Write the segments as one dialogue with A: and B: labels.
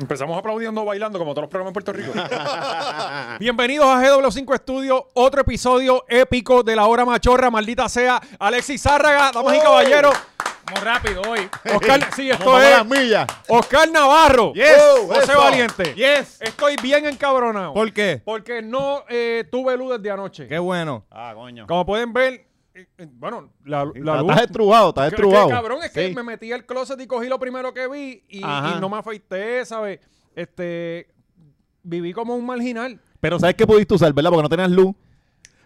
A: Empezamos aplaudiendo, bailando, como todos los programas en Puerto Rico. Bienvenidos a GW5 Estudio, otro episodio épico de la hora machorra, maldita sea. Alexis Zárraga, damas y
B: Oh.
A: caballeros.
C: Vamos rápido hoy.
A: Oscar, sí,
B: Nos
A: esto
B: vamos a
A: es
B: las millas.
A: Oscar Navarro.
B: Yes.
A: José
B: Eso.
A: Valiente.
C: Yes.
A: Estoy bien encabronado.
D: ¿Por qué?
A: Porque no eh, tuve luz desde anoche.
D: Qué bueno.
B: Ah, coño.
A: Como pueden ver, eh, eh, bueno, la, la luz.
B: Estás estrujado, estás
A: Es que,
B: estrujado.
A: cabrón, es que
B: Sí.
A: me metí al closet y cogí lo primero que vi y,
B: Ajá.
A: y no me afeité, ¿sabes? Este, viví como un marginal.
B: Pero ¿sabes qué pudiste usar, verdad? Porque no tenías luz.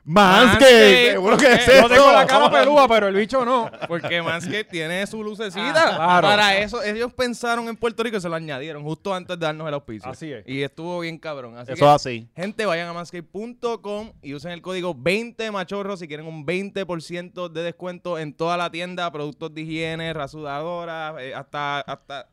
B: Manscaped.
C: Manscaped.
B: Seguro que es
C: Yo
A: Yo
B: eso.
A: eh, tengo la cara peluda, pero el bicho no.
D: Porque Manscaped tiene su lucecita.
A: Ah, claro.
D: Para eso, ellos pensaron en Puerto Rico y se lo añadieron justo antes de darnos el auspicio.
A: Así es.
D: Y estuvo bien cabrón. Así
B: Eso
D: que,
B: es así.
D: gente, vayan a manscaped.com y usen el código 20machorro si quieren un 20% de descuento en toda la tienda, productos de higiene, rasudadoras, eh, hasta, hasta...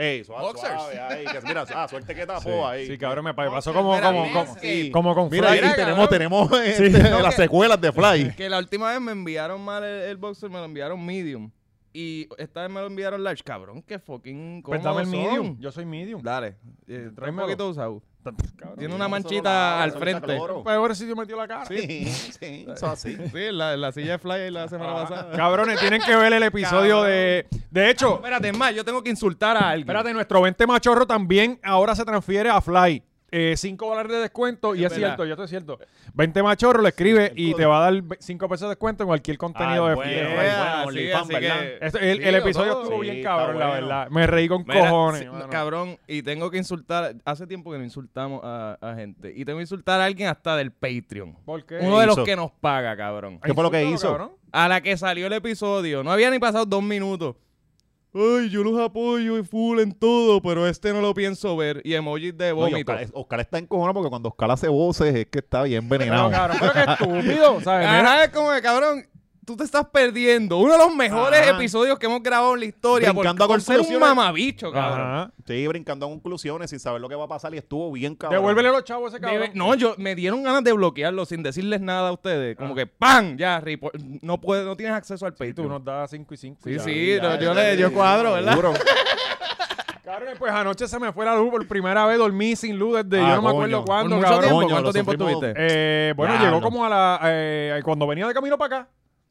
B: Ey, suave,
D: Boxers.
B: suave, ahí, que mira, ah, suerte que tapó
A: Sí,
B: ahí.
A: sí, cabrón, me pa- pasó
D: Oscar,
A: como,
D: mira,
A: como,
D: mira,
A: como,
D: sí.
A: como con
B: Mira,
A: Fry.
B: ahí
D: Mira,
B: tenemos,
D: cabrón.
B: tenemos
A: Sí.
B: este,
D: No,
B: las
D: que-
B: secuelas de Fly.
D: Que la última vez me enviaron mal el, el boxer, me lo enviaron medium. Y esta vez me lo enviaron large. Cabrón, qué fucking
A: Pues
D: cómodos
A: dame el
D: son.
A: medium. Yo soy medium.
D: Dale, eh, trae un
A: Tráemelo.
D: poquito usado.
A: Cabrón,
D: Tiene
A: yo
D: una
A: no
D: manchita
A: solo la-
D: al
B: Eso
D: frente.
B: está cloro.
A: Peor si yo metió la cara.
B: Sí, sí, eso es así.
D: Sí, la, la silla de Fly la semana
A: Ah,
D: pasada.
A: Cabrones, tienen que ver el episodio
D: Cabrón.
A: de... De hecho,
D: Espérate, es más, yo tengo que insultar a alguien. Eh,
A: Espérate, nuestro 20 machorro también ahora se transfiere a Fly. 5 dólares de descuento y es
D: Es verdad.
A: cierto, ya esto es cierto. 20 machorro le escribe y te va a dar 5 pesos de descuento en cualquier contenido
B: Ah,
A: de
B: bueno,
A: Fly.
B: bueno,
D: así,
B: OnlyFans,
D: así
B: ¿verdad?
D: que-
A: Esto- el,
D: Sí,
A: el episodio
D: todo.
A: estuvo
B: Sí,
A: bien
B: está
A: cabrón, la
B: bueno.
A: verdad. Me reí con
D: Mira,
A: cojones.
D: sí,
A: mano.
D: Cabrón, y tengo que insultar. Hace tiempo que no insultamos a, a gente. Y tengo que insultar a alguien hasta del Patreon.
A: ¿Por qué?
D: Uno de los
B: hizo?
D: que nos paga, cabrón.
B: ¿Qué fue lo que
A: Insúltalo,
B: hizo?
A: cabrón.
D: A la que salió el episodio. No había ni pasado dos minutos. Ay, yo los apoyo y full en todo, pero este no lo pienso ver. Y emojis de
B: No, y
D: vómito.
B: Oscar, Oscar está encojonado porque cuando Oscar hace voces es que está bien
A: No,
B: envenenado.
A: cabrón, pero qué estúpido, ¿sabes? Mira,
D: Ajá, es como que, cabrón, tú te estás perdiendo uno de los mejores
B: Ajá.
D: episodios que hemos grabado en la historia por,
B: Brincando a
D: por ser un
B: conclusiones.
D: mamabicho, cabrón.
A: Ajá.
B: Sí, brincando a conclusiones sin saber lo que va a pasar y estuvo bien cabrón.
A: Devuélvele los chavos a ese cabrón.
D: Debe- no, yo me dieron ganas de bloquearlo sin decirles nada a ustedes. Como que ¡pam! Ya, repo- no puedes, no tienes acceso al
A: Y tú
D: Patreon.
A: nos das 5 y 5.
D: Sí, sí, no, yo, le, yo cuadro, ¿verdad?
B: Seguro.
A: Cabrones, pues anoche se me fue la luz por primera vez, dormí sin luz desde
B: Ah,
A: yo no me acuerdo
B: coño.
A: cuándo,
D: Por mucho
A: cabrón.
D: tiempo,
B: Coño, lo
D: ¿cuánto tiempo
B: sufrimos.
D: tuviste?
A: Eh, bueno,
B: Diablo.
A: llegó como a la. eh, cuando venía de camino para acá.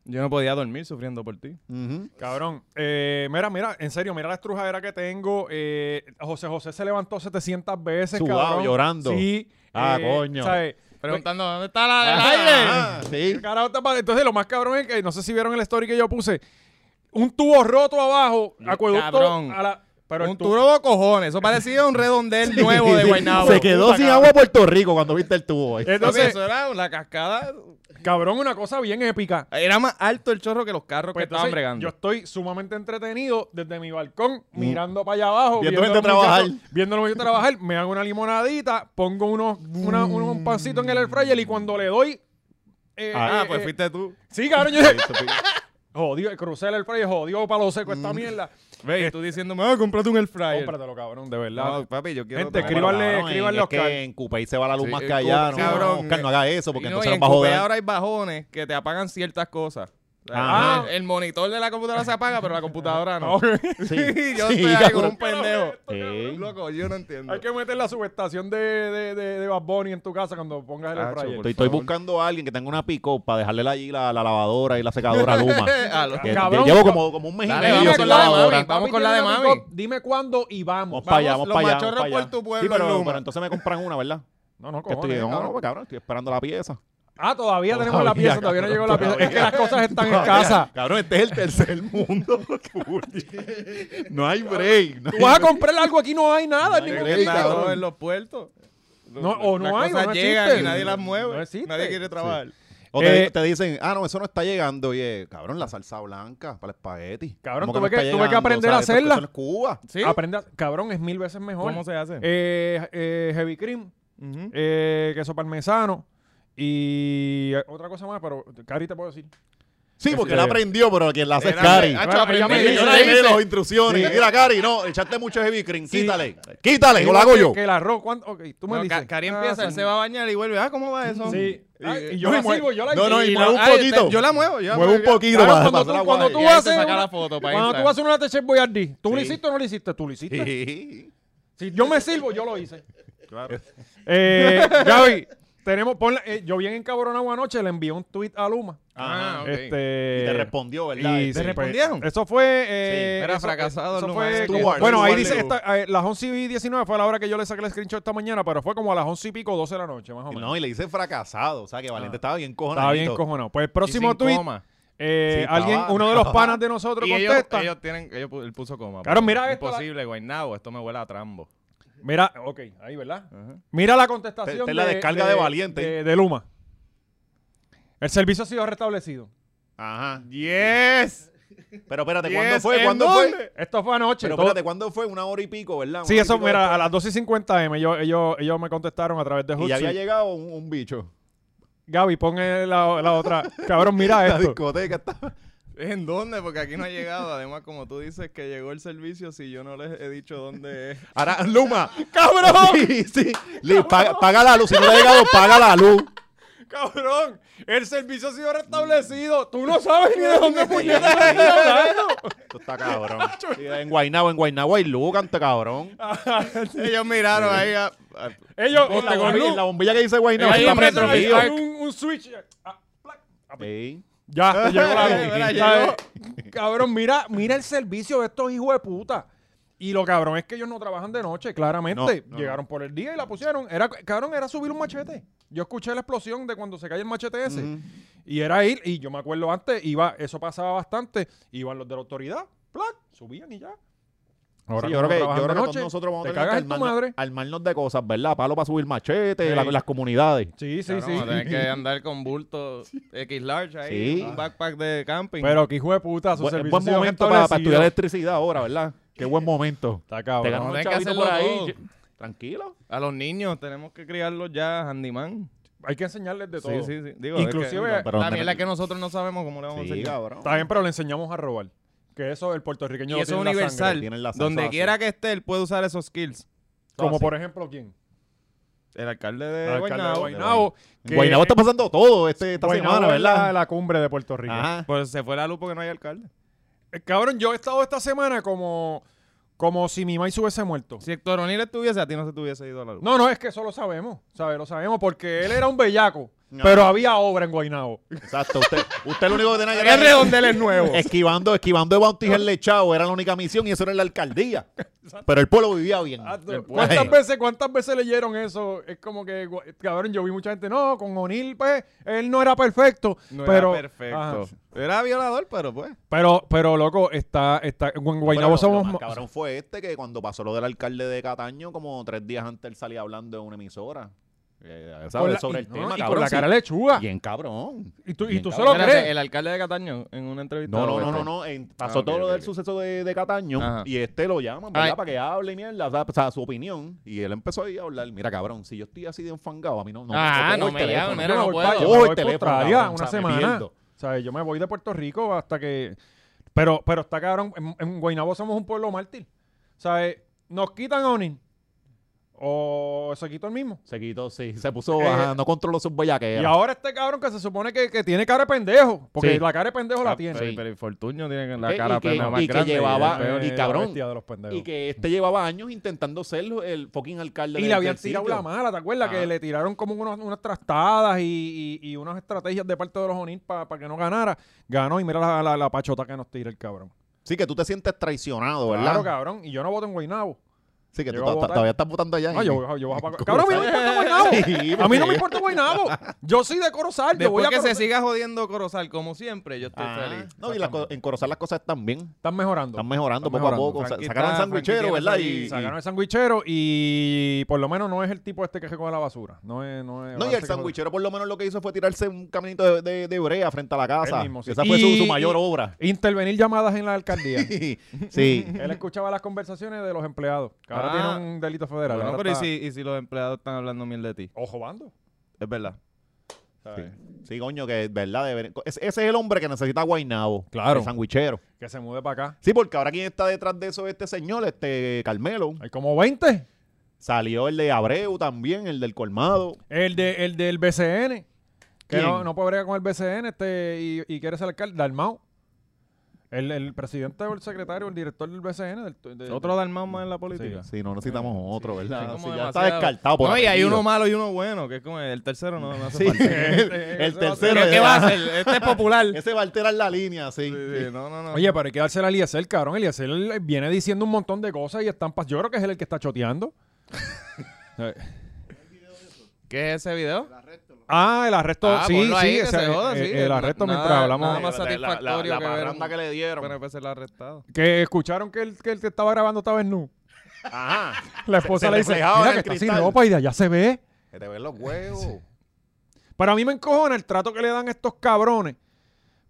D: Yo no podía dormir sufriendo por ti.
B: Ujú.
A: Cabrón, eh, mira, mira, en serio, mira la estrujadera que tengo. eh, José José se levantó 700 veces,
B: Sudado,
A: cabrón.
B: llorando.
A: Sí.
B: Ah,
A: eh,
B: coño.
A: ¿sabes?
D: Preguntando, ¿dónde está la del aire?
B: Ah, sí.
A: El carajo está pa- Entonces, lo más cabrón es que, no sé si vieron el story que yo puse, un tubo roto abajo, acueducto
D: Cabrón.
A: a la... Pero el
D: un
A: tu-
D: turbo cojones. Eso parecía un redondel nuevo de Guaynabo.
B: Se quedó
A: Puta,
B: sin
A: cabrón. Eh,
B: agua Puerto Rico cuando viste el tubo. ahí.
A: Entonces,
D: eso era la cascada.
A: cabrón, una cosa bien épica.
D: Era más alto el chorro que los carros
A: Pues
D: que estaban
A: entonces,
D: bregando. Mm.
A: Yo estoy sumamente entretenido desde mi balcón, mirando para allá abajo.
B: Viendo gente
A: a los
B: trabajar.
A: muchachos- Viendo a los muchachos trabajar, me hago una limonadita, pongo unos, una- un, un pancito en el air fryer y cuando le doy. eh,
D: Ah,
A: eh,
D: pues
A: eh,
D: fuiste tú.
A: Sí, cabrón, yo dije. Jodido, crucé el air fryer, jodido para los secos
D: Mm.
A: esta mierda.
D: Ve,
A: eh,
D: y tú diciéndome, ah, cómprate un air fryer.
A: Cómpratelo, cabrón, de verdad.
D: No, papi, yo quiero...
A: Gente,
D: otra
A: escriba- escríbanle-
B: Pero, cabrón,
A: escríbanle,
B: es
A: Oscar.
B: que en Coupé se va la luz
D: Sí,
B: más que
D: en
B: allá.
D: Coupé,
B: no, no,
D: cabrón.
B: Oscar, no haga eso porque
D: Y no, y
B: entonces
D: en
B: nos va a
D: Coupé
B: joder.
D: ahora hay bajones que te apagan ciertas cosas. O sea,
B: Ajá.
D: el- El monitor de la computadora se apaga, pero la computadora no.
B: Sí.
D: Y yo
B: Sí,
D: estoy ahí como
B: cabrón.
D: un pendejo.
B: Sí.
D: Loco, yo no entiendo.
A: Hay que meter la subestación de, de, de, de Bad Bunny en tu casa cuando pongas el air
D: Hacho,
A: fryer.
D: por
B: Estoy, estoy
D: favor.
B: buscando a alguien que tenga una pico para dejarle la- allí la, la lavadora y la secadora a Luma.
D: A lo-
B: Que- que
A: Cabrón,
B: llevo
A: co-
B: como, como un mes y
D: Dale,
B: medio
D: vamos
B: sin
D: con la de
B: lavadora.
D: mami. Vamos con la de
A: tiene
D: mami.
A: pick-up, Dime cuándo y vamos.
B: Vamos para allá,
D: Vamos,
B: vamos para allá.
D: los
B: vamos
D: machorros
B: pa' allá.
D: por tu pueblo,
B: Sí, pero,
D: Luma.
B: pero entonces me compran una, ¿verdad?
A: No, no,
B: Que estoy,
A: cojones,
B: no,
A: cabrón.
B: no, pues, cabrón, estoy esperando la pieza.
A: Ah, todavía tenemos la
B: Todavía,
A: pieza, todavía no
B: cabrón,
A: llegó la pieza. Es que las cosas están en casa.
B: Cabrón, este es el tercer mundo. no hay break. no
A: Tú
B: hay
A: vas a
B: break.
A: comprar algo aquí, no hay nada. en
D: Hay
A: ningún
D: que
B: break,
A: sitio.
D: estar
B: cabrón.
D: todo en los puertos.
A: No, o Oh, no
D: Las
A: hay, o
D: cosas
A: no
D: llegan
A: existe.
D: y nadie las mueve.
A: No existe.
D: Nadie quiere trabajar.
B: O te,
A: Eh,
B: te dicen, ah, no, eso no está llegando. Oye, cabrón, la salsa blanca para el espagueti.
A: Cabrón,
B: ¿Cómo
A: tuve
B: no
A: que- tuve
B: está
A: que
B: llegando?
A: aprender a
B: O sea, eso-
A: hacerla.
B: eso no es Cuba.
D: ¿Sí?
A: Aprende a- cabrón, es mil veces mejor.
D: Ah, ¿Cómo se hace?
A: Ah, pues, Eh, eh, heavy cream,
D: Ujú.
A: eh, queso parmesano y eh, otra cosa más, pero Cari te puedo decir.
B: Sí, porque él aprendió, pero quien la hace es
D: Era-
B: Cari.
D: Hacho,
A: Bueno,
D: aprendí,
A: ella me
B: Sí,
A: dice,
D: yo
B: yo
D: la
B: le di
D: hice.
B: las instrucciones.
A: Sí.
B: Mira, Cari, no, echaste mucho heavy cream.
A: Sí.
B: Quítale. Quítale, yo lo
A: Digo
B: hago
A: que-
B: yo.
A: Que el arroz, ¿cuánto? Ok, tú me
D: No,
A: dices.
D: Ca- Cari
A: Ah,
D: empieza, él
A: sí.
D: se va a bañar y vuelve. Ah, ¿cómo va eso?
A: Sí. Ah, y yo
D: no,
A: la
D: y mue-
A: sirvo, yo la
B: No, no, y
D: la-
B: mueve un
D: ay, te-
B: poquito.
D: yo la muevo, yo la
B: Mueve un
D: muevo.
B: poquito
A: Claro,
B: para
A: cuando
B: pasar
A: tú,
B: la
A: cuando tú
D: Y ahí
A: haces
D: se saca
A: una-
D: la foto pa'
A: cuando tú
D: Instagram.
A: haces una leche Boyardee, tú lo
B: Sí.
A: hiciste o no lo hiciste, tú lo hiciste.
B: Sí.
A: Si yo me sirvo, yo lo hice.
B: Claro.
A: Eh, Gaby, tenemos, ponle- eh, yo bien encabronado anoche, le envié un tweet a Luma.
D: Ah, ok.
A: Este,
B: Y te respondió,
A: y
B: ¿verdad? Este,
A: sí,
B: Ese-
A: pues,
D: respondieron?
A: eso fue. eh,
D: Sí, era
A: eso-
D: fracasado
A: eso
D: Luma. eh,
A: fue-
B: Stuart,
A: bueno, ahí
B: Stuart
A: dice
B: Little.
A: esta- eh, las 11 y 19 fue la hora que yo le saqué el screenshot esta mañana, pero fue como a las 11 y pico, 12 de la noche, más o menos.
B: No, y le dice fracasado. O sea, que Valiente
A: Ah.
B: estaba bien cojonado.
A: Estaba bien cojonado. Pues el próximo
D: sin
A: tweet,
D: coma.
A: eh,
B: Sí, estaba-
A: alguien, uno de los panas de nosotros
D: Y ellos,
A: contesta.
D: ellos tienen, ellos pu- él puso coma.
A: Claro,
D: pero
A: mira esto,
D: Imposible, Guaynabo, esto me huele a trambo.
A: Mira, ok, ahí, ¿verdad? Mira la contestación.
B: Esta es la descarga de Valiente.
A: De, de Luma. El servicio ha sido restablecido.
B: Ajá.
D: Yes.
B: Pero espérate, ¿cuándo
D: Yes,
B: fue?
D: ¿en
B: ¿Cuándo
D: dónde?
B: fue?
A: Esto fue anoche.
B: Pero
A: todo-
B: espérate, ¿cuándo fue? Una hora y pico, ¿verdad?
A: sí,
B: Una hora y
A: eso,
B: pico
A: mira, a
B: después.
A: las 2 y 50 M, ellos, ellos, ellos me contestaron a través de
B: Y ya había
A: Hootsuite.
B: llegado un, un bicho.
A: Gaby, pon eh, la, la otra. Cabrón, mira
B: La
A: esto.
B: discoteca estaba.
D: ¿En dónde? Porque aquí no ha llegado. Además, como tú dices que llegó el servicio, si yo no les he dicho dónde es.
B: Ahora, Luma.
A: ¡Cabrón!
B: Sí, sí. Le- paga, paga la luz. Si no le ha llegado, paga la luz.
A: ¡Cabrón! El servicio ha sido restablecido. Tú no sabes ni de dónde puñetas estás hablando.
B: Esto está cabrón. Sí, en Guaynabo, en Guaynabo hay luz, canta cabrón.
A: Ah,
D: Ellos miraron ahí. ah. a- a-
A: Ellos,
B: En la,
A: este, ah, con
B: bombilla,
A: luz,
B: en la bombilla que dice Guaynabo
A: hay
B: está
A: un metro- hay-
B: prendido.
A: hay un, un switch. Ah, plac.
B: Sí.
A: Ya, te llegó la luz.
D: Mira,
A: ¿Sabes? Cabrón, mira, mira el servicio de estos hijos de puta. Y lo cabrón es que ellos no trabajan de noche, claramente.
B: No, no,
A: Llegaron por el día y la pusieron. Era, cabrón, era subir un machete. Yo escuché la explosión de cuando se cae el machete ese. Y era ir, y yo me acuerdo antes, iba, eso pasaba bastante. Iban los de la autoridad, plac, subían y ya.
B: Sí,
A: como
B: yo creo que, yo
A: trabajan
B: creo
A: de
B: que todos
A: noche,
B: nosotros vamos
A: te
B: a tener que
A: cagas en tu
B: armarnos,
A: madre.
B: armarnos de cosas, ¿verdad? Palo para subir machete,
A: Sí.
B: la- las comunidades.
A: Sí, sí,
D: Claro,
A: sí.
D: Vamos a tener que andar con bulto X large ahí,
B: Sí.
D: un backpack de camping.
A: Pero que hijo de puta, su
B: Bu-
A: servicio ha
B: buen
A: sido
B: momento para, para
A: restablecido.
B: estudiar electricidad ahora, ¿verdad? Qué buen momento.
A: Está
B: Te
A: cabrón.
B: ganó un
D: hay que
B: chavito
D: hacerlo
B: por ahí.
D: todo.
B: Tranquilo.
D: a los niños tenemos que criarlos ya handyman.
A: Hay que enseñarles de todo.
D: Sí, sí, sí. Digo,
A: Inclusive-
D: es que,
B: Pero
D: la
B: tenemos-
D: mierda es que nosotros no sabemos cómo le vamos a
B: Sí,
D: enseñar.
B: cabrón.
A: Está bien, pero le enseñamos a robar. Que eso el puertorriqueño
D: Y
A: lo
D: eso es
A: tiene en la sangre.
D: universal.
B: tienen la salsa
D: Donde
B: así.
D: quiera que esté, él puede usar esos skills.
A: Como
B: Así.
A: por ejemplo, ¿quién?
D: El alcalde
A: El
D: Eh, de
A: alcalde de
D: Guaynabo.
A: Guaynabo. que-
B: Guaynabo está pasando todo este, esta
A: Guaynabo
B: semana,
A: es la-
B: ¿verdad?
A: La, cumbre de Puerto Rico.
B: Ajá.
D: Pues se fue la luz porque no hay alcalde.
A: Eh, Cabrón, yo he estado esta semana como, como si mi maíz hubiese muerto.
D: Si Héctor O'Neill estuviese, a ti no se te hubiese ido la luz.
A: No, no, es que eso lo sabemos. ¿sabes? Lo sabemos porque él era un bellaco.
B: No.
A: Pero había obra en Guaynabo.
B: Exacto. Usted, usted lo único que tenía que
D: Es redondel es nuevo.
B: Esquivando, esquivando de Bounty el lechado era la única misión y eso era la alcaldía. Pero el pueblo vivía bien. El pueblo-
A: Ah, ¿Cuántas veces, ¿Cuántas veces leyeron eso? Es como que, gua- cabrón, yo vi mucha gente, no, con O'Neill, pues, él no era perfecto.
D: No
A: pero,
D: era perfecto.
A: Ajá.
D: Era violador, pero pues.
A: Pero, pero, loco, está, está, en
B: Pero
A: Guaynabo
B: lo-
A: somos...
B: Lo más
A: mo-
B: cabrón fue este que cuando pasó lo del alcalde de Cataño, como tres días antes él salía hablando en una emisora. Eh, ¿sabes?
A: con la-
B: Sobre
A: y-
B: el
A: no,
B: tema,
A: y con
B: cabrón,
A: la
B: sí.
A: cara lechuga.
B: Bien cabrón.
A: Y tú, y
B: Bien
A: tú se
B: cabrón.
A: lo
D: Espérate,
A: crees.
D: el alcalde de Cataño en una entrevista.
B: No, no, no,
D: Este.
B: no, no.
A: Ah,
B: en- pasó
D: ok,
B: todo lo
D: ok,
B: del
D: ok.
B: suceso de, de Cataño
D: Ajá.
B: y este lo llaman, ¿verdad?
D: Ay.
B: Para que hable y mierda, o sea, o sea, su opinión. Y él empezó ahí a hablar, mira cabrón, si yo estoy así de enfangado, a mí no, no
D: Ah,
B: cojo
D: no
B: el
D: me
B: teléfono.
D: llamen,
A: Yo
D: Mira,
A: me
D: no
A: voy
D: puedo.
A: pa- yo
B: Cojo
A: me
B: el
A: voy pa'
B: teléfono,
A: Australia
B: cabrón,
A: una
B: o sea, me
A: semana.
B: pierdo.
A: ¿Sabes? Yo me voy de Puerto Rico hasta que... Pero, pero está cabrón, en, en Guaynabo somos un pueblo mártir. ¿Sabes? Nos quitan a Onin. O se quitó el mismo.
B: Se quitó, sí. Se puso,
A: Eh,
B: ajá, no controló sus bellaqueras.
A: Y ahora este cabrón que se supone que, que tiene cara de pendejo. Porque
B: Sí.
A: la cara de pendejo la
D: Ah,
A: tiene.
D: Pero,
B: Sí.
D: pero el Fortuño tiene
B: Eh,
D: la
B: y
D: cara
B: que-
D: plena más
B: y que
D: grande,
B: llevaba-
D: ya es peor.
B: y
A: la
B: cabrón.
A: bestia de los pendejos.
B: Y que este llevaba años intentando ser el fucking alcalde.
A: Y
B: del-
A: le habían
B: del sitio.
A: tirado la mala, ¿te acuerdas?
B: Ajá.
A: Que le tiraron como unos- unas trastadas y, y- y unas estrategias de parte de los O'Neill para que no ganara. Ganó y mira la, la- la pachota que nos tira el cabrón.
B: Sí, que tú te sientes traicionado, ¿verdad?
A: Claro, cabrón. Y yo no voto en Guaynabo.
B: Sí, que tú
A: Yo voy
B: ta-
A: a
B: ta-
A: votar.
B: todavía estás votando allá.
A: No,
B: Jaime.
A: Ah, yo, yo voy a- Cabrón, a mí no me importa Guaynabo. A
B: Sí,
A: mí no
B: porque-
A: me importa Guaynabo. Yo soy de Corozal. Yo voy
D: Después
A: a Ah,
D: que se
A: Corozal.
D: siga jodiendo Corozal, como siempre, yo estoy
B: Ajá.
D: feliz.
B: Ah, No, y las co- en Corozal las cosas están bien.
A: Están mejorando.
B: Están mejorando
A: Están
B: poco
A: mejorando.
B: a poco. Sa-
D: Frankie
B: sacaron el
D: está-
B: sanguichero,
D: Frankie
B: ¿verdad?
D: tiene
B: Y,
D: esa-
A: Sacaron el sandwichero y por lo menos no es el tipo este que recoge la basura. No es... No, es
B: No, y
A: parece
B: el
A: que-
B: sanguichero por lo menos lo que hizo fue tirarse un caminito de, de, de brea frente a la casa.
A: Él mismo, sí.
B: Esa fue su,
A: Y-
B: su mayor
A: y-
B: obra.
A: Intervenir llamadas en la alcaldía.
B: sí.
A: Él escuchaba las conversaciones de los empleados. Que ahora
D: Ah.
A: tiene un delito federal.
D: Bueno,
A: ahora
D: pero ¿y
A: está-
D: si, y si los empleados están hablando mil de ti?
A: Ojo bando.
D: Es verdad.
B: Sí. Sí, coño, que es verdad. deber- es- ese es el hombre que necesita Guainabo.
A: Claro.
B: El sanguichero.
A: Que se mude para acá.
B: Sí, porque ahora quién está detrás de eso es este señor, este Carmelo.
A: Hay como 20.
B: Salió el de Abreu también, el del colmado.
A: El, de, el del BCN. Que
B: ¿Quién?
A: no, no puede bregar con el BCN este, y, y quiere ser alcalde. Dalmau. El, el presidente o el secretario, el director del BCN. Del, de-
D: Otro Dalmau más en la política.
B: Sí, no necesitamos otro,
D: Es
B: ¿verdad?
D: como
B: Sí, ya está
D: demasiado.
B: descartado. Por
D: no, y hay
B: apellido.
D: uno malo y uno bueno, que es como el tercero, no, no hace
B: Sí,
D: falta.
B: el,
A: Ese-
B: el
A: ese va a ser-
B: tercero.
D: ¿Qué
B: ya.
D: va a hacer? Este es popular.
B: Ese va a alterar la línea, sí.
D: Sí, sí, no, no, no.
A: Ah. Oye, pero hay que darse a Eliezer, cabrón. Eliezer viene diciendo un montón de cosas y estampas. Yo creo que es él el que está choteando. Eh,
D: ¿qué es ese video?
A: ah, el arresto.
D: Ah,
A: sí, sí,
D: ponlo ahí, que
A: ese-
D: se joda,
A: eh,
D: sí.
A: el arresto
D: Nada-
A: mientras hablamos.
D: nada más
B: La- la- la-
D: satisfactorio
B: la
D: que ver
B: parranda
D: un-
B: que le dieron.
D: Bueno, pues el arrestado.
A: Que escucharon que el que, el que estaba grabando estaba en nu.
B: Ajá.
A: La esposa
B: se
A: le dice,
B: reflejaba
A: mira
B: en
A: que
B: el
A: está sin
B: cristal".
A: ropa y de allá se ve.
B: Que te ven los huevos.
A: Para mí me encojona el trato que le dan a estos cabrones.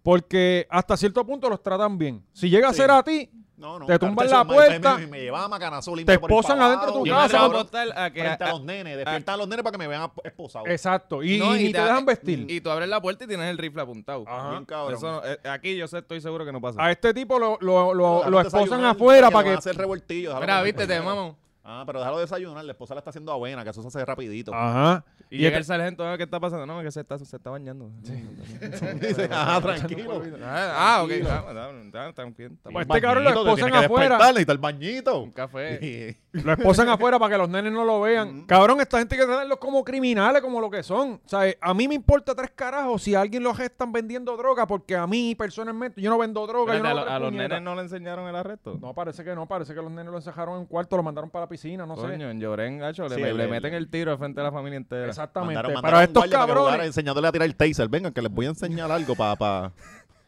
A: Porque hasta cierto punto los tratan bien. Si llega a
B: Sí.
A: ser a ti,
B: No, no.
A: Te tumban
B: Cartel,
A: la
B: me-
A: puerta.
B: Me, me, me llevaban a canazo limpio.
A: Te
B: por el
A: esposan
B: pavado,
A: adentro de tu
B: y
D: Yo
B: me
D: me
A: casa,
D: atrevo a
B: llevaban
A: bro.
D: apostar a que...
B: Frente a
D: a-
B: los nenes. Despiertan a los nenes para que me vean esposado.
A: exacto. Y,
D: No,
A: y ni te, dejan vestir.
D: Y tú abres la puerta y tienes el rifle apuntado.
A: Ajá.
B: Bien cabrón.
D: Eso no- eh, aquí yo sé, estoy seguro que no pasa.
A: A este tipo lo, lo, lo-
B: Déjalo
A: lo esposan
B: desayunar,
A: afuera
B: ya
A: para
B: van a
A: que...
B: hacer revoltillo. déjalo
D: Mira,
B: comer
D: viste, te
B: primero.
D: mamón.
B: Ah, pero déjalo desayunar. La esposa la está haciendo avena, que eso se hace rapidito.
A: Ajá.
D: Y,
A: Y este-
D: llega el sargento, ah, ¿qué está pasando? No, que se está, se está bañando.
B: Dice, ajá, tranquilo.
D: Ah, ah, ok. Ah, bueno, está- está bien, está
A: Pues
D: bien.
A: este cabrón lo
B: Bañito, te
A: esposan
B: tienes que
A: afuera.
B: despertar, Necesita el bañito.
D: Un café.
A: Lo esposan afuera para que los nenes no lo vean. Cabrón, esta gente hay que tratarlos como criminales, como lo que son. O sea, eh, a mí me importa tres carajos si a alguien los están vendiendo droga, porque a mí personalmente yo no vendo droga.
D: Espérate,
A: yo
D: a,
A: no hago
D: lo-
A: tres
D: a los
A: puñetas.
D: nenes no le enseñaron el arresto.
A: No, parece que no, parece que los nenes lo encerraron en un cuarto, lo mandaron para la piscina, no sé.
D: Coño, en Llorén, gacho, le,
B: Sí,
D: le-
B: el-
D: le
B: el-
D: meten el tiro al frente de la familia entera.
A: Exactamente.
B: Mandaron-
A: Pero
B: mandaron un
A: estos
B: guardia para que jugara,
A: cabrones.
B: enseñándole a tirar el taser. Vengan, que les voy a enseñar algo para... Pa...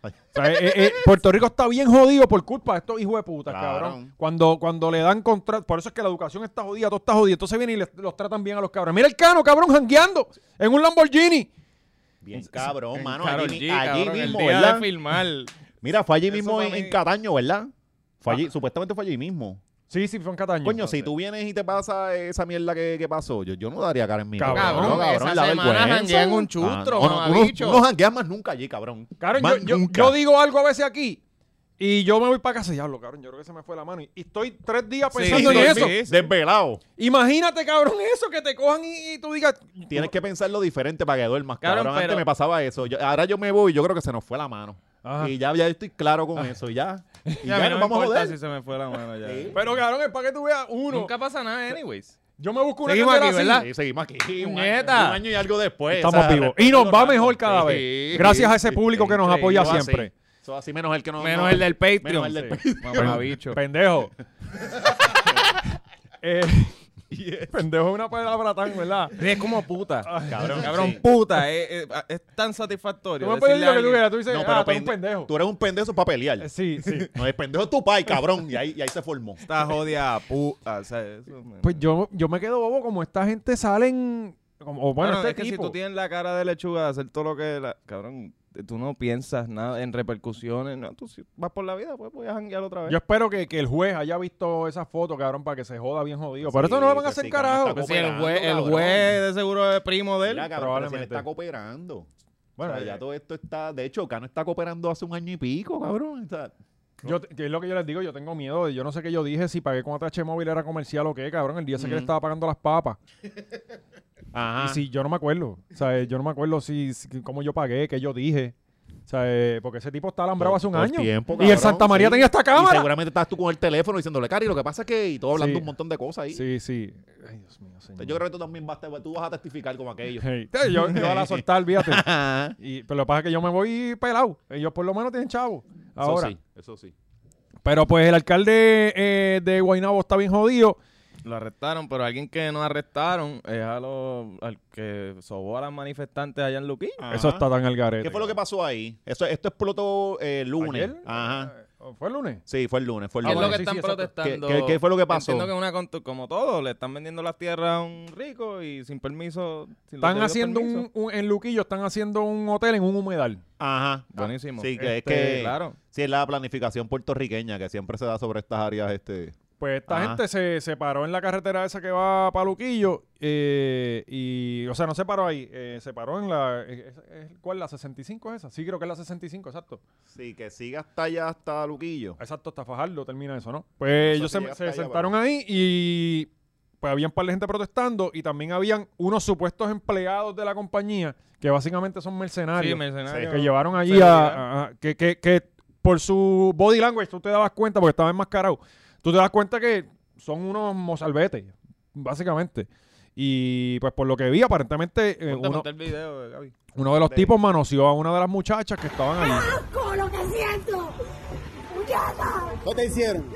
A: o sea, eh, eh, Puerto Rico está bien jodido por culpa de estos hijos de puta,
B: Claro.
A: cabrón. Cuando, cuando le dan contrato. Por eso es que la educación está jodida, todo está jodido. Entonces vienen y les- los tratan bien a los cabrones. Mira el cano, cabrón, jangueando en un Lamborghini.
B: Bien cabrón,
D: En
B: mano.
D: Karol
B: allí,
D: G,
B: allí
D: cabrón,
B: mismo,
D: el día
B: ¿verdad?
D: de filmar.
B: Mira, fue allí
D: Eso
B: mismo
D: pa'
B: en,
D: mí-
B: en Cataño, ¿verdad? Fue
A: Ah.
B: allí, supuestamente fue allí mismo.
A: Sí, sí, fue en Cataño.
B: Coño, si tú vienes y te pasa esa mierda que, que pasó, yo, yo no daría cara en mi
A: Cabrón,
B: no,
D: esa semana jangueé en un chustro,
B: Ah, no, no, tú no,
D: mamabicho.
B: tú no jangueas más nunca allí, cabrón.
A: Cabrón,
B: Más
A: yo, yo,
B: nunca.
A: yo digo algo a veces aquí y yo me voy para casa y hablo, cabrón. Yo creo que se me fue la mano. Y, y estoy tres días pensando
D: sí,
A: en
D: sí.
A: eso.
B: Desvelado.
A: Imagínate, cabrón, eso, que te cojan y, y tú digas.
B: Tienes que pensarlo diferente para que duermas,
D: Cabrón,
B: cabrón. Antes
D: pero-
B: me pasaba eso. Yo- ahora yo me voy y yo creo que se nos fue la mano.
A: Ajá. Ah.
B: Y ya, ya estoy claro con eso, ya. Y
D: Ya,
B: ya,
D: a mí no
B: nos vamos
D: me
B: a
D: importa
B: joder.
D: si se me fue la mano ya.
B: Sí.
A: Pero, cabrón, es para que tú veas uno.
D: Nunca pasa nada, anyways.
A: Yo me busco una
D: Seguimos
A: cartera
D: aquí,
A: así.
D: ¿verdad?
B: Sí, seguimos aquí. Un año,
D: Puñeta.
B: un año y algo después.
A: Estamos
B: o sea,
A: vivos. Y nos va
B: respetando
A: mejor
B: los
A: cada
B: rangos.
A: vez. Gracias a ese público que nos
B: increíble,
A: apoya
B: eso así.
A: siempre.
B: Eso así, menos el que nos...
D: Menos
B: no-
D: el del
B: Menos
D: Patreon.
B: el del
D: Sí.
B: Patreon.
D: Mamabicho.
A: Pendejo. Eh, Pendejo es una palabra tan, ¿verdad? Ah,
D: Sí, Es como puta.
B: Cabrón,
D: Cabrón,
B: sí.
D: puta. Es, es- es tan satisfactorio.
A: Tú me puedes decir lo
D: decirle a
A: que tú
D: alguien-
A: quieras. Tú dices,
B: No, pero
A: ah, tú eres un
B: pende-
A: pendejo.
B: Tú eres un pendejo para pelear.
A: Eh, Sí, sí.
B: No, el pendejo es tu pai, cabrón. Y ahí, y ahí se formó.
D: Esta jodia puta. O sea, eso, me-
A: Pues yo, yo me quedo bobo como esta gente salen. Como, o bueno,
D: Bueno,
A: este
D: es que
A: tipo.
D: si tú tienes la cara de lechuga de hacer todo lo que... la- Cabrón, tú no piensas nada en repercusiones. No, tú si vas por la vida, pues voy a janguear otra vez.
A: Yo espero que, que el juez haya visto esa foto, cabrón, para que se joda bien jodido. Pero esto no lo van a
B: pues
A: hacer,
B: sí, cabrón,
A: carajo.
B: está
D: Pues si el
B: operando,
D: juez, el
B: cabrón.
D: juez de seguro es primo de él.
B: Mira, cabrón, pero si él
A: probablemente.
B: está cooperando.
A: Bueno,
B: o sea,
A: eh,
B: ya todo esto está... De hecho, Cano está cooperando hace un año y pico, cabrón. O sea,
A: Yo, te- que es lo que yo les digo, yo tengo miedo. de- Yo no sé qué yo dije, si pagué con ATH móvil era comercial o qué, cabrón. El día ese que le
B: Ujú. Ah.
A: estaba pagando las papas.
B: Ajá.
A: Y si yo no me acuerdo. O sea, eh, yo no me acuerdo si, si- cómo yo pagué, qué yo dije. O sea, eh, porque ese tipo está alambrado
B: Todo-
A: hace un
B: todo el
A: año.
B: tiempo,
A: y el
B: cabrón,
A: Santa María
B: sí.
A: tenía esta
B: Y
A: cámara.
B: seguramente estás tú con el teléfono diciéndole, Cari, lo que pasa es que... Y todo hablando
A: Sí.
B: un montón de cosas ahí.
A: Sí, sí. Ay, Dios mío, señor.
B: Entonces, Yo creo que tú también vas, te- tú vas a testificar como aquello.
A: Hey, te- yo, yo a la soltar, fíjate.
B: Ajá.
A: Y, pero lo que pasa es que yo me voy pelado. Ellos por lo menos tienen chavo. Ahora.
B: Eso sí, eso sí.
A: Pero pues el alcalde eh, de Guaynabo está bien jodido.
D: Lo arrestaron, pero alguien que no arrestaron es a los, al que sobó a las manifestantes allá en Luquillo.
A: Eso está tan al garete.
B: ¿Qué fue lo que pasó ahí? Eso, esto explotó eh, lunes.
A: ¿Ayer?
B: Ajá.
A: Eh, ¿Fue el lunes?
B: Sí, fue el lunes, fue el
D: ¿Qué es
B: lunes.
D: lo que
A: sí,
D: están
A: sí, exacto.
D: protestando?
B: ¿Qué- qué- qué fue lo que pasó?
D: Entiendo que una contu- como todo, le están vendiendo las tierras a un rico y sin permiso. sin los
A: Están
D: debidos
A: haciendo
D: permisos.
A: un, un- en Luquillo están haciendo un hotel en un humedal.
B: Ajá.
D: Buenísimo.
B: Ah, Sí, que es
D: Este,
B: que
D: claro.
B: sí, es la planificación puertorriqueña que siempre se da sobre estas áreas este
A: Pues esta
B: Ajá.
A: gente se, se paró en la carretera esa que va para Luquillo eh, y, o sea, no se paró ahí, eh, se paró en la, eh, es- es- ¿cuál? ¿La 65 es esa? Sí, creo que es la 65, exacto.
B: Sí, que sigue hasta allá hasta Luquillo.
A: Exacto, hasta Fajardo termina eso, ¿no? Pues
B: No
A: ellos
B: sé
A: se,
B: si llega
A: se
B: hasta allá,
A: sentaron ahí y pues había un par de gente protestando y también habían unos supuestos empleados de la compañía que básicamente son mercenarios.
D: Sí, mercenario.
A: que llevaron allí
D: Seguridad.
A: a, a- que, que, que por su body language, tú te dabas cuenta, porque estaba enmascarado, tú te das cuenta que son unos mozalbetes, básicamente. Y pues por lo que vi, aparentemente eh,
D: Ponte,
A: uno,
D: ponte pues, el video, Gaby.
A: uno de los
B: de-
A: tipos manoseó a una de las muchachas que estaban ahí.
E: asco lo que siento. Muñeca,
F: ¿Qué te hicieron?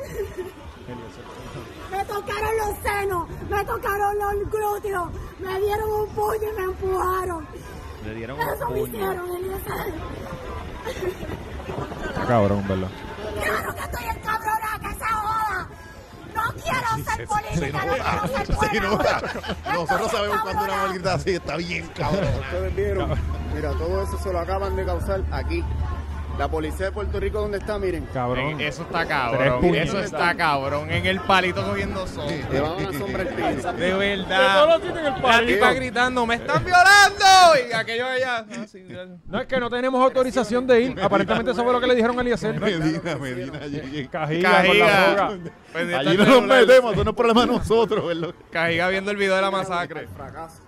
E: me tocaron los senos, me tocaron los glúteos, me dieron un puño y me empujaron.
B: Le dieron un
E: Eso me
B: puño.
E: hicieron, Eliezer.
A: Está Ah, cabrón, ¿verdad?
E: Claro que estoy encabronada, que se joda. No quiero ser política, no quiero ser
B: Sí, no,
E: buena.
B: nosotros sabemos cuando una
E: encabronada.
B: malgrita así está bien, cabrón.
F: Ustedes vieron. Mira, todo eso se lo acaban de causar aquí. La policía de Puerto Rico, ¿dónde está? Miren.
A: Cabrón.
D: Eso está
A: Tres
D: cabrón.
A: puños.
D: Eso está cabrón. En el palito cogiendo sol.
F: Le van a sombrar el piso.
D: De
A: no
D: verdad.
A: lo tienen el
D: La
A: palito.
D: tipa gritando, ¡me están violando! Y aquello allá. Ah, sí, gracias.
A: No es que no tenemos autorización de ir. Aparentemente eso fue lo que le dijeron a Eliezer.
B: Medina, Medina, allí.
A: Cajiga, con la
D: Cajiga.
A: droga.
D: Pues de
B: Allí
D: estar
B: no nos
D: regular.
B: metemos, eso no es problema de nosotros, ¿verdad?
D: Cajiga viendo el video de la masacre.
F: Fracaso.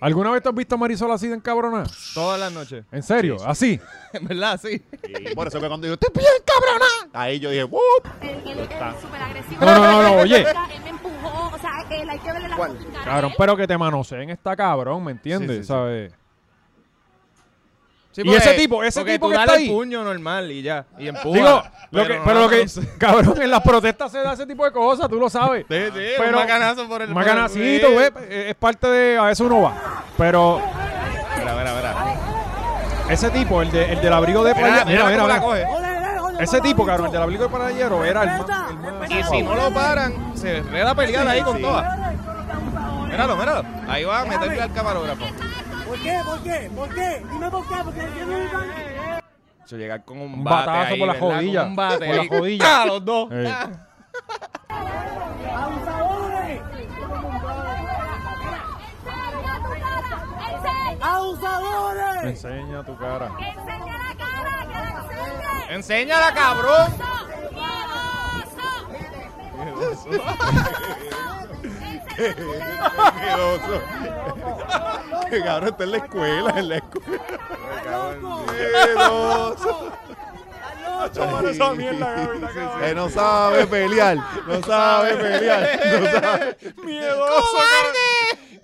A: ¿Alguna vez te has visto a Marisol así de encabronada?
D: Todas las noches.
A: ¿En serio? ¿Así?
D: En verdad, sí.
B: Y por eso que cuando yo estoy bien, cabrona, ahí yo dije, ¡Wup!
E: Él, él es súper agresivo.
A: No, no, no, no, oye.
E: Él me empujó, o sea, él hay que verle la
F: ¿Cuál?
E: cara a
A: Cabrón,
E: él.
A: pero que te manoseen está cabrón, ¿me entiendes?
B: Sí, sí, sí.
A: ¿Sabes?
D: Sí,
A: Y
D: porque-
A: ese tipo, ese
D: porque
A: tipo
D: tú
A: que
D: dale
A: está ahí.
D: el puño normal y ya. Y empuja.
A: Digo, lo que,
D: no
A: pero lo que,
D: Sí, sí,
A: cabrón, en las protestas se da ese tipo de cosas, tú lo sabes.
D: pero,
A: Pero-
D: un macanazo por el...
A: Un macanacito,
D: Sí.
A: ¿ves? Es es parte de, a veces uno va. Pero
B: Espera, espera, espera.
A: ese tipo, el, de, el del abrigo de
D: Mira,
A: playero, mira, mira,
D: cómo la
A: mira.
D: coge.
A: Ese tipo, cabrón, el del abrigo de playero era el más- el más...
D: Y si no lo paran, se ve la pelear ahí con
B: Sí.
D: todas. Míralo, míralo. Ahí va a meterle al camarógrafo.
G: ¿Por qué? ¿Por qué? ¿Por qué? Dime por qué, porque yo no me
D: Eso llegar con un,
A: Un
D: bate
A: batazo
D: ahí,
A: por la
D: ¿verdad? Con
A: jodilla.
D: Un bate
A: Por la
D: ahí.
A: jodilla.
D: ¡Ah, los dos.
A: Eh.
D: Ah.
G: ¡Abusadores!
A: Enseña
E: Enseña tu cara, enseña,
G: ¡Abusadores!
A: tu cara.
E: enseña la cara, que la enseñe.
D: Enséñala, cabrón.
B: Qué oso. Que cabrón, está en la escuela, en la escuela. Qué oso.
A: esa mierda, Gaby, está
B: Sí, sí, sí.
A: cabrón.
B: Eh, no sabe pelear, no sabe pelear, no sabe.
A: ¡Miedoso! ¡Cobarde!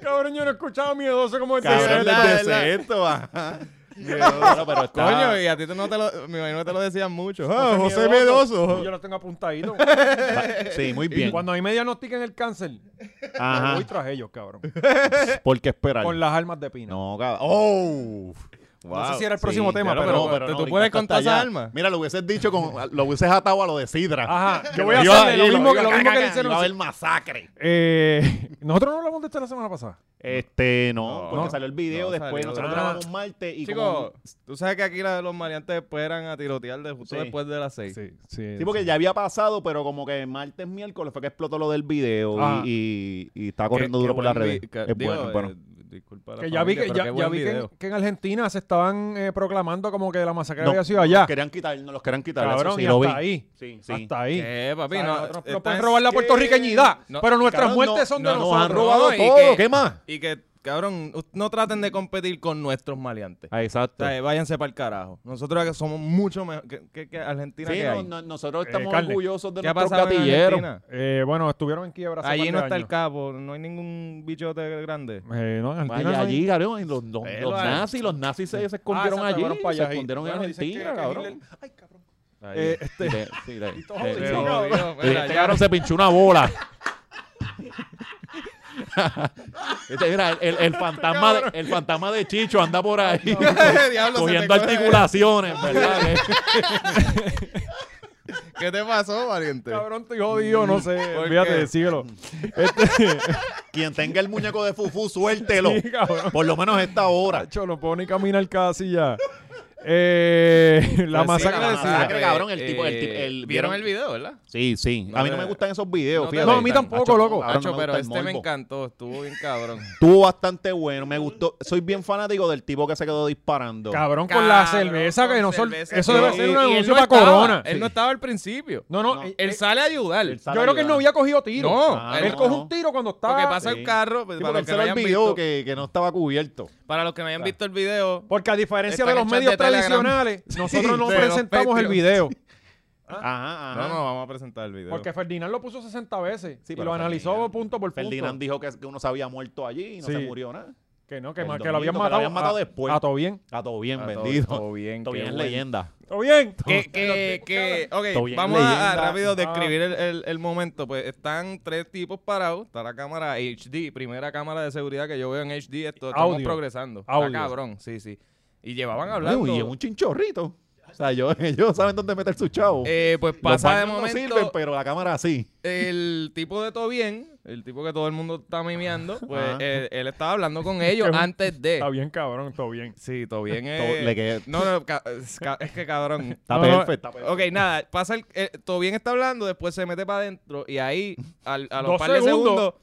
A: Cabrón, yo no he escuchado miedoso como este.
B: Cabrón,
A: ¿verdad?
B: desde
D: ¿verdad?
B: sexto, ajá. Miedoso, pero está-
A: Ah.
D: Coño, y a ti te- no te lo, me imagino que te lo decían mucho. Ah,
A: Soy
D: José Medoso.
A: Yo lo tengo apuntadito.
B: Sí, muy
A: Y
B: bien. Ah.
A: cuando a mí me diagnostiquen el cáncer,
B: Ajá.
A: voy tras ellos, cabrón.
B: ¿Por qué esperar?
A: Con las armas de pina.
B: No, cabrón. ¡Oh!
A: No sé si era el próximo tema, pero-
D: ¿tú puedes
B: brincaste
D: contar
B: hasta
D: esa
B: allá.
D: alma?
B: Mira, lo hubieses dicho con. Lo hubieses atado a lo de Sidra.
A: Ajá. Yo voy a
B: Iba-
A: hacerle lo
B: iba-
A: mismo que lo
B: iba-
A: mismo que le
B: iba a haber
A: hicieron.
B: masacre.
A: Eh, Nosotros no hablamos de esto la semana pasada.
B: Este, no,
D: No,
B: porque
D: no.
B: salió el video
D: No,
B: después.
D: salió.
B: Nosotros
A: Ah.
B: grabamos martes y
D: Chicos,
B: como.
D: tú sabes que aquí la- los maleantes esperan a tirotear de justo
B: Sí.
D: después de las seis.
A: Sí, sí.
B: Sí, porque ya había pasado, pero como que martes, miércoles fue que explotó lo del video y-
A: Ah.
B: y, y, está
D: Qué-
B: corriendo
D: qué
B: duro por las
D: buen vi-
B: redes.
D: que-
B: es
D: digo,
B: bueno, es bueno.
D: eh, disculpa la
A: Que ya vi que,
D: familia, pero
A: ya,
D: qué
A: ya
D: buen
A: vi que,
D: video.
A: en, que en Argentina se estaban eh, proclamando como que la masacre
B: No,
A: había sido allá.
B: Nos querían quitar, no los querían quitar. eso
A: Cabrón,
B: sí,
A: y
B: lo vi.
A: hasta ahí.
B: Sí, sí.
A: Hasta ahí.
D: ¿Qué, papi?
A: O sea,
D: No,
A: nosotros no
D: estás-
A: pueden robar la puertorriqueñidad,
D: No,
A: pero nuestras
B: cabrón,
A: muertes
B: no-
A: son
B: no
A: de
B: nos
A: nosotros.
B: han robado
D: y
B: todo.
D: que-
B: ¿Qué más?
D: Y que, cabrón, u- no traten de competir con nuestros maleantes.
B: Ah, exacto.
D: O sea, eh, váyanse para el carajo. Nosotros acá somos mucho mejor que, que- que Argentina
B: Sí,
D: que
B: no,
D: hay.
B: no- nosotros
A: Eh,
B: estamos
A: carne.
B: orgullosos de
D: ¿Qué ha
B: nuestros
D: pasado en
B: gatilleros.
D: Argentina?
A: Eh, bueno, estuvieron en quiebra hace
D: Allí
A: par
D: no
A: de
D: está el
A: años.
D: capo, no hay ningún bichote grande.
A: Eh, no, en
B: Ay,
A: Argentina no hay-
B: allí, cabrón, y los, los,
D: Eh,
B: los
D: lo-
B: nazis, los nazis se, se escondieron
A: se
B: allí,
A: fueron para
B: se
A: allá.
B: escondieron en
A: Bueno, dicen que-
B: Argentina,
A: que
B: cabrón.
A: Hitler-
B: Ahí.
A: Eh, este-
B: Sí, sí, sí,
A: todo
B: sí,
A: jodido,
B: sí.
A: cabrón.
B: Sí, Este cabrón se pinchó una bola. Este, mira, el, el- el fantasma de, el fantasma de Chicho anda por ahí
D: Diablo, se
B: cogiendo
D: te coge.
B: articulaciones, ¿verdad?
D: ¿Qué te pasó, valiente?
A: Cabrón, estoy jodido, no sé.
D: ¿Por
A: Fíjate,
D: qué?
A: síguelo.
B: Quien tenga el muñeco de Fufu, suéltelo.
A: Sí, cabrón.
B: Por lo menos esta hora.
A: Chacho, no puedo ni caminar casi ya. Eh, la
D: Pues sí,
A: masacre
B: la
A: de
B: masacre,
A: Sidra.
B: cabrón, el tipo- el tipo- el-
D: ¿Vieron
B: vieron-
D: el video, verdad?
B: Sí, sí. A mí no
D: te-
B: me gustan esos videos.
D: no te
B: fíjate.
D: No, a mí
A: gustan. tampoco,
B: Acho,
A: loco.
B: cabrón,
D: Hacho,
B: no me
D: pero
B: gusta el
D: este me
B: morbo.
D: encantó, estuvo bien cabrón.
B: Estuvo bastante bueno, me gustó. Soy bien fanático del tipo que se quedó disparando.
A: Cabrón, con la
D: Cabrón,
A: cerveza que
D: con
A: no sol-
D: cerveza
A: Eso
D: que-
A: debe ser
D: y-
A: un
D: y él
A: anuncio
D: no
A: para
D: estaba,
A: Corona.
D: Él no estaba al principio.
A: No, no.
B: No.
A: eh,
D: Él
A: eh,
D: sale a ayudar.
B: Él sale
A: yo creo que él no había cogido tiro.
D: No,
B: Ah,
A: él
D: no.
A: coge un tiro cuando está.
D: Lo que pasa
B: Sí.
D: el carro, pues,
B: Sí, porque
D: para los
B: él
D: que
B: se
D: no
B: le
D: hayan
B: olvidó
D: visto.
B: que, que no estaba cubierto.
D: Para los que no hayan visto el video,
A: Porque a diferencia
D: Están
A: de los
D: hechas
A: medios
D: de Telegram.
A: tradicionales, nosotros no
D: de los
A: presentamos el
D: Patreons.
A: video.
B: Ajá,
D: no, no, vamos a presentar el video.
A: Porque Ferdinand lo puso 60 veces
B: Sí,
A: y
B: pero
A: lo analizó
B: Ferdinand-
A: punto por punto.
B: Ferdinand dijo que, que uno se había muerto allí y no
A: Sí.
B: se murió nada.
A: que no, que,
B: el
A: ma- que lo habían
B: domingo,
A: matado,
B: que lo habían matado
A: a-
B: después.
A: A todo bien.
B: A todo bien,
D: Ah, todo-
B: bendito.
D: todo bien,
B: Todo
D: qué
B: bien,
D: bueno.
B: leyenda.
A: ¿Todo bien?
D: que, que, que, ok,
B: Todo Ah. bien,
D: vamos a- a,
B: leyenda.
D: rápido describir el, el- el momento. Pues están tres tipos parados. Está la cámara HD, primera cámara de seguridad que yo veo en HD. Esto estamos
A: Audio.
D: progresando.
A: Audio.
D: Está cabrón, sí, sí. Y llevaban hablando.
B: Uy, y es un chinchorrito. O sea, yo- ellos saben dónde meter su chavo.
D: Eh, pues
B: Los
D: pasa de
B: baños
D: momento.
B: No sirven, pero la cámara sí.
D: el tipo de todo bien, el tipo que todo el mundo está mimeando, pues
B: Ajá.
D: él, él estaba hablando con ellos antes de.
A: Está bien, cabrón, todo bien.
D: Sí, todo bien.
B: Todo-
D: eh,
B: le quedó-
D: No, no, ca- es, ca- es que cabrón.
B: Está
A: No, no,
B: perfecto.
D: Ok, nada, pasa el, eh, todo bien está hablando, después se mete para adentro y ahí al- a los
A: Dos
D: par de segundos
A: segundos.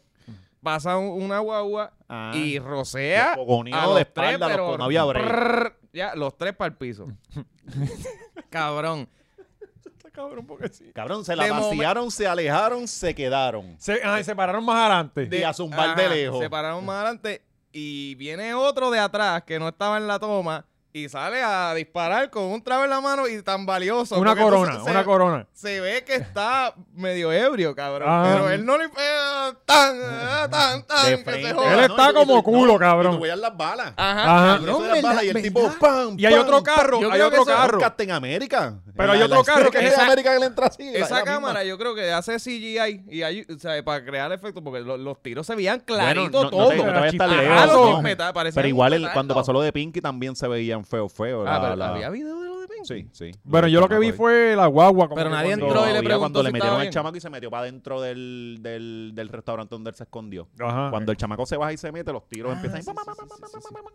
D: pasa un- una guagua
B: Ah.
D: y rocea
B: Los fogoneos
D: a
B: de
D: los tres,
B: espalda, los
D: pero
B: con- no había break.
D: prrr, ya los tres para el piso. cabrón.
A: cabrón porque sí.
B: Cabrón, se la
D: de momen-
B: vaciaron, se alejaron, se quedaron.
A: Se, ah, y se pararon más adelante.
B: y a zumbar de
D: Ajá,
B: lejos.
D: Se pararon más adelante y viene otro de atrás que no estaba en la toma y sale a disparar con un trago en la mano y tan valioso.
A: una
D: porque
A: corona,
D: entonces se-
A: una corona.
D: Se ve que está medio ebrio, cabrón.
A: Ah.
D: Pero él no le. eh, tan, eh, tan, tan,
B: De
D: que
B: frente.
D: se
A: Él
D: joda.
A: está
B: No, y tú-
A: como
B: y tú-
A: culo,
B: no,
A: cabrón.
B: Y tú veías las balas.
A: Ajá.
D: Ajá,
B: Y
D: cabrón,
B: eso de las
D: ¿verdad?
B: balas y el
D: ¿verdad?
B: tipo pam
A: Y hay
B: pam,
A: otro
B: pam.
A: carro,
D: Yo
A: hay
D: creo que
A: otro
D: eso es un
A: carro.
B: Un Captain América.
A: Pero hay otro carro que
B: es
A: esa-
B: de América que le entra así. la-
D: Esa
B: la misma.
D: cámara yo creo que hace CGI y hay, o sea, para crear efectos, porque lo- los tiros se veían
B: Bueno,
D: clarito
B: no, no
D: todo. Ah,
B: te- no te vayas tan
A: Ajá,
B: lejos,
A: los
B: no.
D: chispetas, parecían
B: Pero igual el-
D: un
B: cuando
D: petardo.
B: pasó lo de Pinky también se veían feo, feo.
D: Ah,
B: la-
D: pero
B: la-
D: había video de lo de Pink.
B: Sí, sí.
A: Bueno, yo lo
B: Ah,
A: que vi
B: pues.
A: fue la guagua. como
D: Pero
A: que
D: nadie
A: cuando-
D: entró y le
B: Había
D: preguntó
B: cuando
D: si
B: le
D: estaba
B: metieron al
D: bien.
B: chamaco y se metió para dentro del, del, del restaurante donde él se escondió.
A: Ajá.
B: Cuando el chamaco se baja y se mete, los tiros
D: Ah,
B: empiezan. a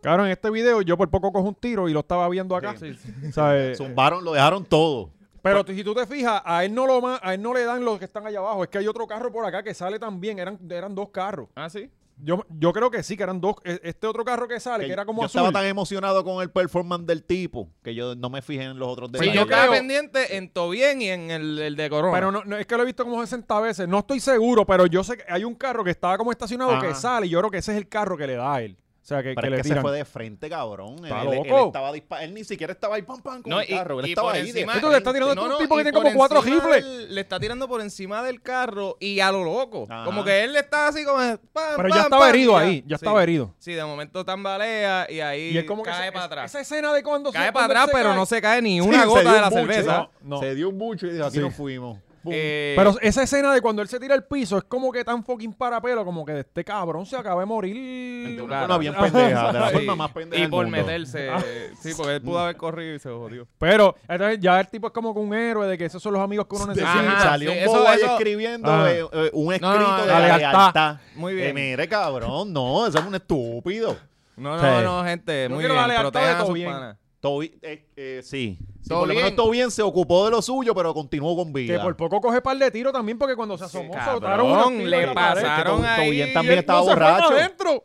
A: Cabrón, en este video yo por poco cojo un tiro y lo estaba viendo acá.
D: Eh,
A: ¿sabes?
B: Zumbaron, lo dejaron todo.
A: Pero
B: Pues
A: tú- si tú te fijas, a él no lo ma- a él no le dan los que están allá abajo. Es que hay otro carro por acá que sale también. Eran, eran dos carros.
D: Ah, sí.
A: Yo, yo creo que sí, que eran dos. e- Este otro carro que sale, que era como
B: yo
A: azul.
B: estaba tan emocionado con el performance del tipo que yo no me fijé en los otros
D: Sí,
B: detalles.
D: yo estaba
A: creo-
D: pendiente en Tobien y en el, el de Corona.
A: Pero no, no, es que lo he visto como 60 veces. No estoy seguro, pero yo sé que hay un carro que estaba como estacionado
B: Ajá.
A: que sale y yo creo que ese es el carro que le da a él. O sea, que,
B: Ah. Pero
A: que
B: es
A: le
B: que se
A: tiran.
B: fue de frente, cabrón. Él,
A: Está
B: él- él
A: loco.
B: estaba dispa- él ni siquiera estaba ahí pam pam con
D: No,
B: el
D: y-
B: carro. Él
D: y
B: estaba
D: por
B: ahí. de
D: encima-
A: Entonces, le está tirando
D: No,
A: a un
D: no,
A: tipo que
D: y
A: tiene
D: por
A: como cuatro
D: encima
A: rifles.
D: del- le está tirando por encima del carro y a lo loco.
B: Ajá.
D: Como que él está así como. pam,
A: Pero ya
D: pam,
A: estaba
D: pam, y
A: herido ahí, ya estaba herido.
D: Sí, de momento tambalea y ahí
A: Y él como que
D: cae
A: se-
D: para
A: esa-
D: atrás.
A: Esa escena de cuando se-
D: Cae para
A: cuando él
D: atrás,
A: se
D: pero
A: cae.
D: no se cae ni
B: Sí,
D: una
B: se
D: gota
B: dio
D: de
B: un
D: la
B: buche,
D: cerveza.
B: ¿no?
A: No.
B: Se dio un buche y dijo, aquí
A: Sí.
B: nos fuimos. Pum.
D: Eh,
A: Pero esa escena de cuando él se tira al piso es como que tan fucking parapelo, como que de este cabrón se acaba de morir.
B: de
D: claro.
B: una forma bien pendeja, de la
D: sí.
B: forma más pendeja
D: Y
B: del
D: por
B: mundo. Ah.
D: meterse. eh, Sí, porque él pudo haber corrido y se jodió.
A: Pero entonces ya el tipo es como que un héroe de que esos son los amigos que uno
B: Sí,
A: necesita.
D: Ajá,
B: salió
D: sí,
B: un
D: eso-
B: bobo ahí
D: eso- Ah.
B: escribiendo
A: Ajá.
B: eh, eh, un escrito
D: No, no, no,
B: de
A: la
B: la
A: lealtad.
B: lealtad.
D: Muy bien.
B: Eh, mire, cabrón, no, ese es un estúpido.
D: No, no,
B: Sí.
D: no, gente.
A: Yo
D: Muy
A: quiero
D: bien.
A: la lealtad
D: Protejan
A: de
D: a sus
A: Tobin.
D: panas.
B: Tobi, eh, eh, sí. Sí,
D: Todo
B: por lo menos
D: bien.
B: todo bien, se ocupó de lo suyo, pero continuó con vida.
A: Que por poco coge par de tiros también porque cuando se asomó soltaron
D: cabrón,
A: unos tiros
D: le
A: en la pared.
D: pasaron.
B: Tobin
D: ahí,
B: también
D: él
B: estaba
A: no se fue
B: borracho.
A: para adentro.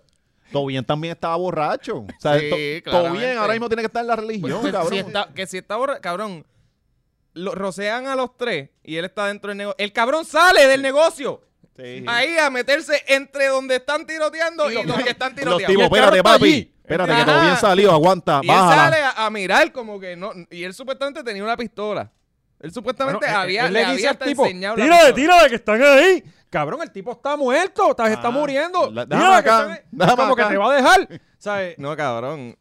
B: Tobien también estaba borracho. O sea,
D: Sí,
B: To-
D: claramente.
B: Tobien ahora mismo tiene que estar en la
D: Pues,
B: religión,
D: pues,
B: cabrón.
D: si está- que si está borra- cabrón. Lo, rocean a los tres y él está dentro del negocio. El cabrón sale del negocio.
B: Sí.
D: Ahí a meterse entre donde están tiroteando y, los que están
B: Los
D: tiroteando.
B: tipos,
A: el carro
B: espérate,
A: está
B: papi.
A: allí.
B: Espérate, que
D: Ajá.
B: Tobien salió, aguanta,
D: y él sale
B: bájala.
D: a, a mirar como que no. Y él supuestamente tenía una pistola. Él supuestamente
A: Bueno,
D: había,
A: él
D: le,
A: le dice
D: había
A: al
D: hasta
A: tipo,
D: enseñado la
A: tírale,
D: pistola".
A: tírale que están ahí. Cabrón, el tipo está muerto, está, se está
B: Ah,
A: muriendo. Tírale
B: la- déjame
A: que
B: acá,
A: están ahí.
B: déjame
A: como
B: acá.
A: que te va a dejar. ¿Sabes?
D: No, cabrón.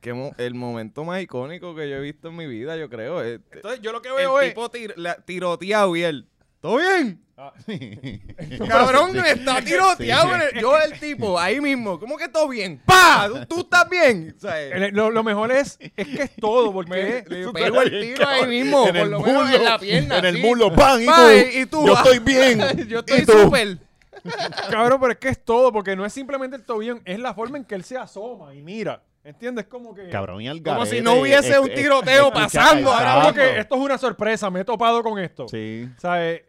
D: Que mo- el momento más icónico que yo he visto en mi vida, yo creo. Este-
A: Entonces yo lo que
D: el
A: veo es...
D: tipo tir- la- tiroteado y él. ¿Todo bien?
B: Cabrón,
D: Cabrón, está tiroteado.
B: Sí.
D: en el- Yo, el tipo, ahí mismo. ¿Cómo que todo bien? ¡Pa! ¿Tú, tú estás bien? O sea,
A: el- lo, lo mejor es, es que es todo, porque...
D: le pego el tiro ahí mismo.
B: en
D: por
B: el
D: lo
B: muslo,
D: menos en la pierna.
B: en el
D: sí.
B: muslo, pan, y,
D: Pa,
B: tú,
D: y tú,
B: yo
D: ah.
B: estoy bien,
D: Yo
B: y
D: estoy
B: tú.
D: súper.
A: Cabrón, pero es que es todo, porque no es simplemente el tobillo, es la forma en que él se asoma y mira. ¿Entiendes? Como que.
B: Cabrón, y al
D: Como
B: garete,
D: si no hubiese
B: es-
D: un
B: es-
D: tiroteo
B: escucha,
D: pasando ahora
A: Como
B: exacto.
A: que esto es una sorpresa, me he topado con esto.
B: Sí.
A: O sea, eh,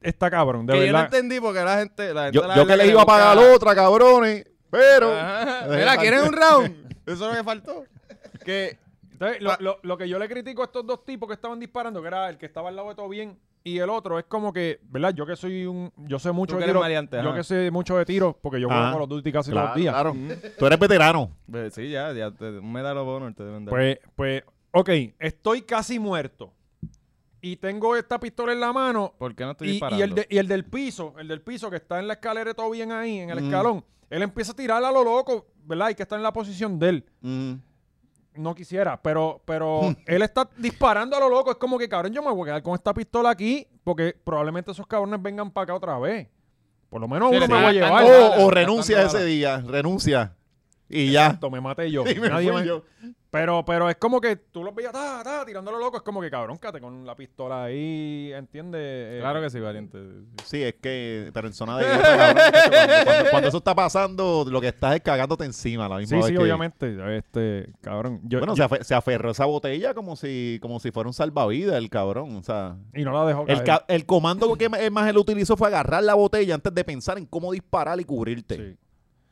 A: está cabrón, de
D: Que yo no
A: verdad.
D: entendí porque la gente. La gente
B: Yo,
D: la
B: yo
D: verdad
B: que les iba a
D: buscaba-
B: pagar otra, cabrones, pero...
D: Ajá.
B: Eh,
D: Mira, ¿quieres un round? Eso es lo que faltó. Que Ah.
A: Entonces, lo, lo- lo que yo le critico a estos dos tipos que estaban disparando, que era el que estaba al lado de todo bien Y el otro es como que, ¿verdad? Yo que soy un. Yo sé mucho
D: Tú que
A: de
D: eres
A: tiros.
D: maleante,
A: Yo
D: ajá.
A: que sé mucho de tiros porque yo juego
B: Ajá.
A: Call of Duty casi todos
B: Ah, Claro,
A: los días.
B: claro. Tú eres veterano.
D: Pues Sí, ya, ya, te, un medal of honor te deben dar.
A: Pues, pues, ok, estoy casi muerto. Y tengo esta pistola en la mano.
D: ¿Por qué no estoy
A: Y,
D: disparando?
A: y el de- y el del piso, el del piso que está en la escalera todo bien ahí,
B: Mm.
A: en el escalón. Él empieza a tirar a lo loco, ¿verdad? Y que está en la posición de él. No quisiera, pero, pero
B: Hmm.
A: él está disparando a lo loco. Es como que, cabrón, yo me voy a quedar con esta pistola aquí porque probablemente esos cabrones vengan para acá otra vez. Por lo menos
D: Sí,
A: uno
D: sí.
A: me voy a
D: Ah,
A: llevar.
D: Vale,
B: o
D: vale,
B: o
D: bastante
B: renuncia ese
D: vale.
B: día, renuncia. Y ya.
A: Exacto, me maté yo.
B: Y me
A: Nadie
B: fui
A: me-
B: yo.
A: Pero, pero es como que tú los veías ta, ta, tirándolo loco. Es como que, cabrón, cate con la pistola ahí, ¿entiendes? Eh,
D: Claro que sí, valiente.
B: Sí, es que, pero en zona de guerra, cabrón, es que cuando, cuando- cuando eso está pasando, lo que estás es cagándote encima la misma
A: Sí,
B: vez
A: sí,
B: que-
A: obviamente. Este, cabrón. Yo,
B: Bueno,
A: yo-
B: se, afe- se aferró a esa botella como si, como si fuera un salvavidas el cabrón. O sea,
A: y no la dejó caer.
B: el, ca- el comando que ma- más él utilizó fue agarrar la botella antes de pensar en cómo disparar y cubrirte.
A: Sí.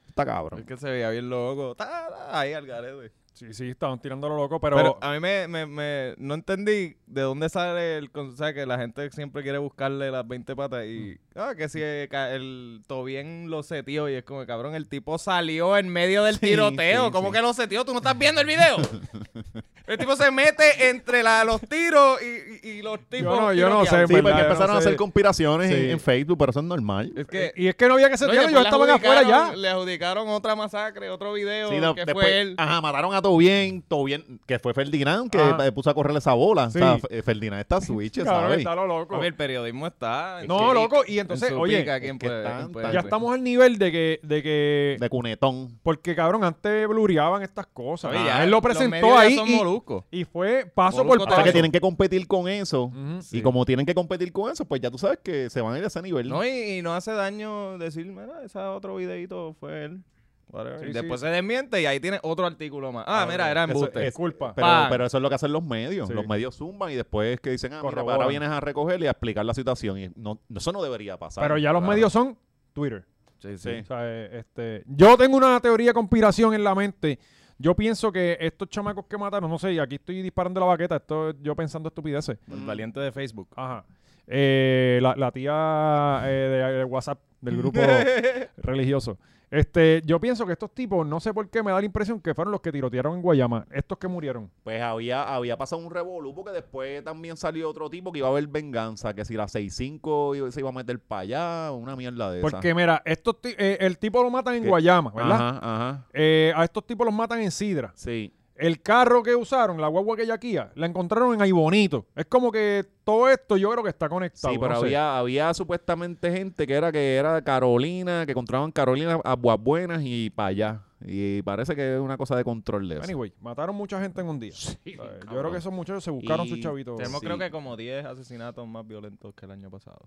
B: Está
D: Es
B: cabrón.
D: que se veía bien loco. Ta, ta, Ahí al garete.
A: Sí, sí, estaban tirándolo loco, pero,
D: Pero, ah, a mí me, me, me- no entendí de dónde sale el con- o sea, que la gente siempre quiere buscarle las 20 patas y
A: Mm.
D: ah, que si eh, ca- el Tobien lo setió y es como cabrón, el tipo salió en medio del tiroteo,
B: sí,
D: ¿cómo
B: sí.
D: que lo setió? ¿Tú no estás viendo el video? el tipo se mete entre la, los tiros y, y- y los tipos
A: no- yo no
D: tiroteados.
A: sé,
B: Sí,
A: verdad,
B: porque
A: yo no
B: empezaron a
A: sé.
B: hacer conspiraciones en-
A: Sí.
B: en Facebook, pero eso es normal.
D: Es que
A: eh, y es que no había que se
D: no, y
A: tirara, yo
D: después le
A: estaba afuera ya.
D: adjudicaron- Le adjudicaron otra masacre, otro video
B: Sí, no,
D: que
B: después-
D: fue él.
B: Ajá, mataron a Tobien, Tobien, que fue Ferdinand, que
A: Ajá.
B: eh, puso a correr esa bola.
A: Sí.
B: O sea, F- eh, Ferdinand está switch,
A: Cabrón,
B: ¿sabes?
A: está lo loco.
D: A ver, el periodismo está en
A: No,
D: su-
A: loco, y entonces,
D: en su
A: oye,
D: pica, ¿quién
B: es que
D: puede-
B: están-
D: quién puede?
A: Ya estamos al nivel de que, de que
B: De cunetón.
A: porque cabrón, antes blureaban estas cosas.
D: Oye,
A: Ah,
D: ya,
A: él lo
D: los
A: presentó
D: medios ya
A: ahí
D: son
A: y,
D: moluscos.
A: y fue paso
D: Molusco
A: por
B: O sea,
A: paso.
B: que tienen que competir con eso.
A: Ujú.
B: Y como tienen que competir con eso, pues ya tú sabes que se van a ir a ese nivel.
D: No, y, y no hace daño decir, mira, ese otro videito fue él. Whatever.
A: Sí,
D: Y
A: sí.
D: después se desmiente y ahí tiene otro artículo más. Ah, mira, era
A: Eso
D: embuste.
A: Es culpa.
B: pero,
D: pan.
B: pero eso es lo que hacen los medios.
A: Sí.
B: Los medios zumban y después que dicen, ah, mira,
A: Corroboran.
B: ahora vienes a recoger y a explicar la situación. Y no, no- eso no debería pasar.
A: Pero ya los
B: Claro.
A: medios son Twitter.
D: Sí,
B: sí.
A: O sea, eh, este, yo tengo una teoría de conspiración en la mente. Yo pienso que estos chamacos que mataron, no sé, y aquí estoy disparando la baqueta, esto yo pensando estupideces.
D: El valiente de Facebook.
A: Ajá. Eh, la, la tía eh, de, de WhatsApp del grupo religioso. Este, yo pienso que estos tipos, no sé por qué me da la impresión que fueron los que tirotearon en Guayama, estos que murieron.
B: Pues había, había pasado un revolú porque después también salió otro tipo que iba a haber venganza, que si la 6-5 iba- se iba a meter para allá, una mierda de esa.
A: Porque mira, estos ti- eh, el tipo lo matan en
B: ¿Qué?
A: Guayama, ¿verdad?
B: Ajá, ajá.
A: Eh, a estos tipos los matan en Sidra.
B: Sí.
A: El carro que usaron, la guagua que ella Kia, la encontraron en Aibonito. Es como que todo esto yo creo que está conectado.
B: Sí, pero
A: no sé.
B: había, había supuestamente gente que era que era Carolina, que controlaban Carolina, Aguas Buenas y para allá. Y parece que es una cosa de control de eso.
A: Anyway, mataron mucha gente en un día. O sea, yo creo que esos muchachos se buscaron
B: Y
A: sus chavitos.
D: Tenemos
B: Sí.
D: creo que como 10 asesinatos más violentos que el año pasado.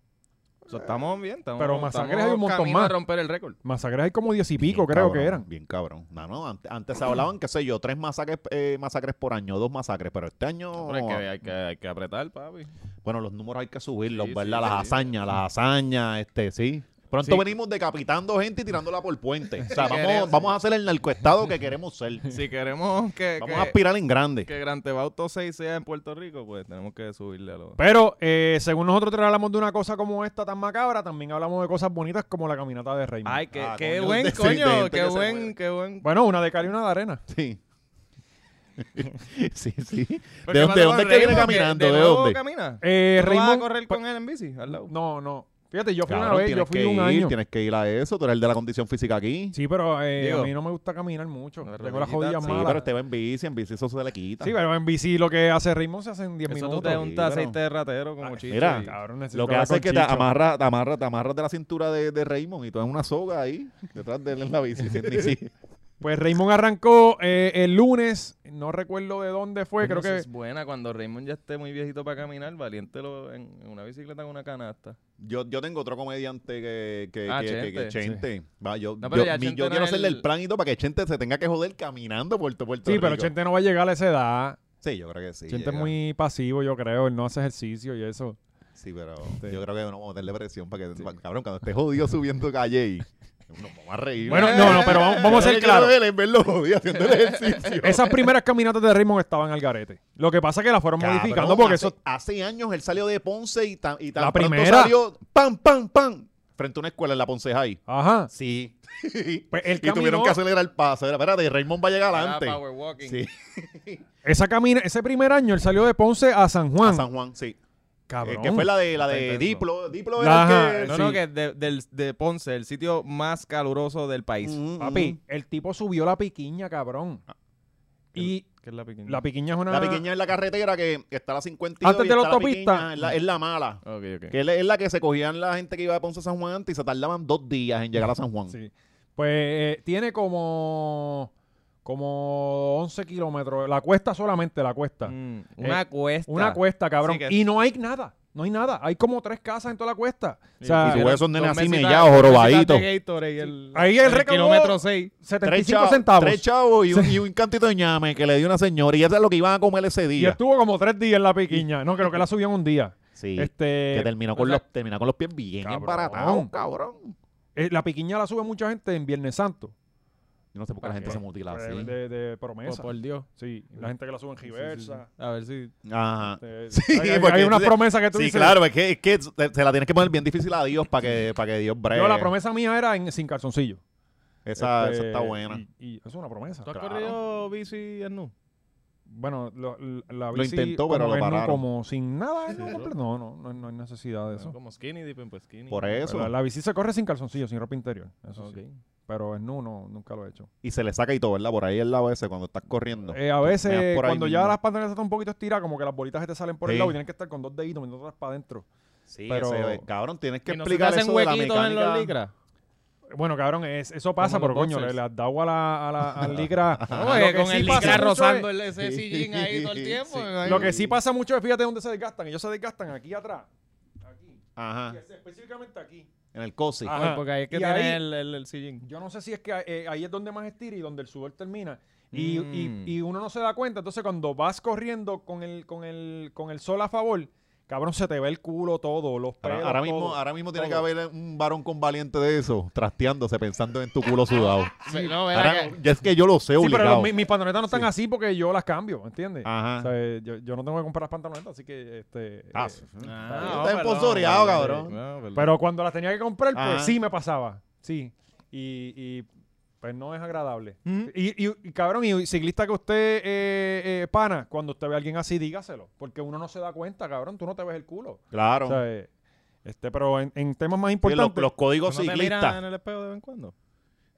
D: O sea, estamos bien, estamos
A: Eh, pero masacres hay un montón
D: camino a
A: más.
D: romper el récord.
A: Masacres hay como diez y
B: Bien
A: pico, creo que
B: cabrón,
A: eran.
B: Bien cabrón. No, no, ante- antes, se hablaban, qué sé yo, tres masacres, eh, masacres por año, dos masacres, pero este año...
D: Pero es que hay, que hay que apretar, papi.
B: Bueno, los números hay que subirlos,
D: Sí,
B: ¿verdad?
D: sí,
B: las
D: sí.
B: hazañas, las hazañas, este, sí. Pronto
D: Sí.
B: venimos decapitando gente y tirándola por puente. O sea,
D: Sí,
B: vamos,
D: queremos,
B: vamos a hacer el narcoestado que queremos ser.
D: Si queremos que,
B: Vamos
D: que,
B: a aspirar en grande.
D: que Grand Theft Auto 6 sea en Puerto Rico, pues tenemos que subirle a los...
A: Pero eh, según nosotros te hablamos de una cosa como esta tan macabra, también hablamos de cosas bonitas como la caminata de Raymond.
D: Ay, qué,
B: Ah,
D: qué
B: coño,
D: buen
B: de- sí, de
D: coño,
B: gente
D: qué
B: que se
D: buen,
B: muere.
D: qué buen
A: Bueno, una de cal y una de arena.
B: Sí. sí, sí.
D: Porque
B: ¿De dónde, de dónde es que
D: cuando Raymond,
B: viene caminando?
D: de
B: ¿De,
D: nuevo
B: dónde?
D: camina?
A: Eh,
D: ¿Tú vas a
A: Raymond-
D: correr con él en bici al lado?
A: No, no. Fíjate, yo fui
B: Cabrón,
A: una vez,
B: tienes
A: yo fui
B: que
A: un
B: ir,
A: año.
B: tienes que ir a eso. Tú eres el de la condición física aquí. Sí,
A: Sí, pero eh,
D: Digo,
A: a mí no me gusta caminar mucho.
D: la
A: Tengo las
D: rodillita,
A: jodillas
D: sí,
A: malas.
B: pero te va en bici, en bici eso se le quita.
A: Sí, pero en bici lo que hace Raymond se hace en 10
D: Eso
A: minutos. Ah,
D: tú te untas
B: pero-
D: aceite de ratero como chicho.
B: Ah, mira,
D: y-
A: Cabrón, necesito
B: Lo que
A: hablar
B: hace es
A: con
B: que te
A: Chicho.
B: amarras te amarra, te amarra de la cintura de, de Raymond y tú en una soga ahí, detrás de él en la bici. sin ni si-
A: Pues Raymond arrancó eh, el lunes, no recuerdo de dónde fue, creo
D: Coño, esa
A: que...
D: es buena cuando Raymond ya esté muy viejito para caminar, valiente lo en, en una bicicleta con una canasta.
B: Yo, yo tengo otro comediante que, que,
D: Ah,
B: que, que- que
D: Chente.
B: Chente. Va, yo,
D: No, pero
B: yo,
D: ya
B: mi- yo
D: Chente no
B: quiero
D: es
B: hacerle el
D: el-
B: planito para que Chente se tenga que joder caminando por tu Puerto
A: Sí, pero
B: Rico.
A: Chente no va a llegar a esa edad.
B: Sí, yo creo que sí.
A: Chente es
B: llega.
A: muy pasivo, yo creo, él no hace ejercicio y eso.
B: Sí, pero yo creo que no vamos a meterle presión para que, pa- cabrón, cuando esté jodido subiendo calle y Nos vamos a reír.
A: Bueno, no, no, pero vamos, vamos a ser claros.
B: Él es verlo jodido haciendo el ejercicio.
A: Esas primeras caminatas de Raymond estaban al garete. Lo que pasa es que las fueron
B: Cabrón,
A: modificando porque
B: hace,
A: eso.
B: Hace años él salió de Ponce y tan, y tan
A: La
B: pronto
A: primera.
B: salió pam, pam, pam, frente a una escuela en la Ponce High.
A: Ajá.
B: Sí.
A: Pues él
B: y tuvieron
A: caminó-
B: que acelerar el paso. Era, espérate, Raymond va a llegar
D: Para
B: adelante.
D: power walking.
B: Sí,
A: Esa camina, ese primer año él salió de Ponce a San Juan.
B: a San Juan, sí. Eh,
A: Cabrón.
B: que fue la de, la de
D: Está intenso.
B: Diplo. Diplo
A: Ajá,
B: era el que...
D: No,
A: Sí.
D: no, que de, del- de Ponce, el sitio más caluroso del país.
B: Mm,
A: Papi,
B: mm. Ah.
A: el tipo subió la piquiña, cabrón. Y
D: Que es la pequeña.
A: la piquiña es una.
B: La pequeña es la carretera que, que está a la 52
A: Antes
B: y
A: de la
B: está
A: autopista.
B: pequeña, es, la, es la mala.
D: Ok, ok.
B: Que es la- es la que se cogían la gente que iba de Ponce a San Juan antes y se tardaban dos días en llegar a San Juan.
A: Sí. Pues eh, tiene como. Como 11 kilómetros. La cuesta solamente, la cuesta.
D: Mm, una
A: Eh,
D: cuesta.
A: Una cuesta, cabrón.
D: Sí, que-
A: Y no hay nada. No hay nada. Hay como tres casas en toda la cuesta. O
B: Y
A: sea,
B: tú ves esos
D: Dos
B: nenes así
D: mesitas-
B: mellados,
D: dos mesitas
B: jorobaditos.
D: de Gatorade y el,
A: Ahí él
D: el
A: recaudó-
D: kilómetro 6.
A: 75
B: chavos-
A: centavos.
B: Tres chavos y un, y un cantito de ñame que le dio una señora. Y eso es lo que iban a comer ese
A: y
B: día.
A: estuvo como tres días en la piquiña. No, creo que la subían un día.
B: Sí. que
A: Este,
B: terminó con, los, terminó con los pies bien
A: Cabrón.
B: embaratados, cabrón.
A: eh, la piquiña la sube mucha gente en Viernes Santo.
B: Yo no sé
A: Ah,
B: por qué la gente se mutila
A: de,
B: así.
A: de- de promesa.
D: Por, Oh, por Dios.
A: Pues, Sí, la gente que la sube en Giversa.
D: A ver si.
B: Ajá.
A: Eh,
B: Sí,
A: hay, hay-
B: porque
A: hay una
B: entonces-
A: promesa que tú
B: Sí,
A: dices.
B: claro, es que, es que te, te la tienes que poner bien difícil a Dios para que, para que Dios bregue.
A: Yo, la promesa mía era en, sin calzoncillo.
B: pues. Esa,
A: Este,
B: esa está buena.
A: Y, y es una promesa.
D: ¿Tú has
B: Claro.
D: corrido bici en nu?
A: Bueno, lo, lo- la
B: Lo
A: bici
B: intentó,
A: como
B: pero lo
A: que no-
B: pararon.
A: como sin nada, no, comple- no, no, no, no hay necesidad de eso.
D: Como skinny dipping, pues skinny.
B: Por eso.
A: La, la bici se corre sin calzoncillo, sin ropa interior. Eso sí.
D: Ok.
A: Pero en nu no, nunca lo he hecho.
B: Y se le saca y todo, ¿verdad? Por ahí el lado ese cuando estás corriendo.
A: Eh, a
B: Te meas
A: veces,
B: por ahí
A: cuando ya
B: mismo.
A: las pantalones están un poquito estiradas, como que las bolitas se te salen por el
B: Sí.
A: lado y tienes que estar con dos deditos metiéndolas para adentro.
B: Sí,
A: pero-
B: ese- cabrón, tienes que
D: ¿Y no se te
B: explicar
D: hacen
B: eso de la
D: huequitos en los
B: mecánica.
D: licras?
A: Bueno, cabrón, es- eso pasa,
D: Como
A: pero
D: los
A: coño, le,
D: boxers.
A: le has dado a la, a la- al licra.
D: No,
A: Lo
D: es
A: que
D: con
A: sí
D: el
A: pasa
D: licra
A: mucho es-
D: rozando el ese sillín ahí todo el
B: Sí,
D: tiempo.
B: sí.
D: me imagino.
A: Lo que sí pasa mucho es, fíjate dónde se desgastan. Ellos se desgastan aquí atrás. Aquí.
B: Ajá,
A: Y es- específicamente aquí.
B: en el cosi.
A: Ah.
D: Ay, Porque ahí es que
A: Y
D: tiene
A: ahí-
D: el, el, el sillín.
A: Yo no sé si es que eh, ahí es donde más estira y donde el sudor termina. Y, y-
D: Mm.
A: y uno no se da cuenta. Entonces, cuando vas corriendo con el, con el, con el sol a favor, cabrón, se te ve el culo todo, los pelos.
B: Ahora, ahora mismo,
A: todo.
B: ahora mismo tiene que
A: todo.
B: haber un varón con valiente de eso, trasteándose, pensando en tu culo sudado.
D: No, ¿verdad
B: Ahora,
D: que-
B: ya es que yo lo
A: Sí,
B: sé
A: pero
B: obligado.
A: los- mis, mis pantalonetas no están
B: Sí.
A: así porque yo las cambio, ¿entiendes?
B: Ajá.
A: O sea, eh, yo, yo no tengo que comprar las pantalonetas, así que este. eh,
B: Ah, sí.
D: Ah,
B: Está
D: no,
B: esponsoreado,
D: perdón.
B: cabrón.
D: No, perdón.
A: Pero cuando las tenía que comprar, pues
B: Ajá.
A: sí me pasaba. Sí. Y, y, pues no es agradable. y, y- y, cabrón, y ciclista que usted, eh, eh, pana, cuando usted ve a alguien así, dígaselo. Porque uno no se da cuenta, cabrón. Tú no te ves el culo.
B: Claro.
A: O sea, eh, este, pero en, en temas más
B: Sí, los,
A: importantes.
B: los códigos
D: ¿Tú no te
B: ciclistas.
D: miras en el espejo de vez en cuando?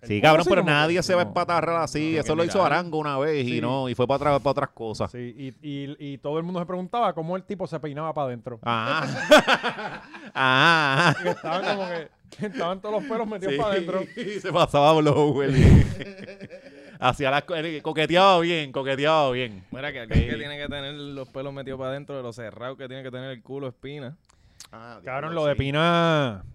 B: Sí,
A: El
B: cabrón,
A: culo
B: pero
A: sí, como
B: nadie
A: que-
B: se va a
A: no.
B: empatarrar así.
D: No,
B: Eso
D: que
B: lo hizo
D: mirar.
B: Arango una vez y
A: Sí.
B: no, y fue para, atrás- para otras cosas.
A: Sí, y, y- y todo el mundo se preguntaba cómo el tipo se peinaba para adentro.
B: Ah. ah.
A: Y Estaban como que estaban todos los pelos metidos para adentro.
B: Sí, se pasaba blower. y- Hacía las co- él coqueteaba bien, coqueteaba bien.
D: Mira que alguien que tiene que tener los pelos metidos para adentro de los cerrados que tiene que tener el culo espina.
A: Cabrón, lo de Pina.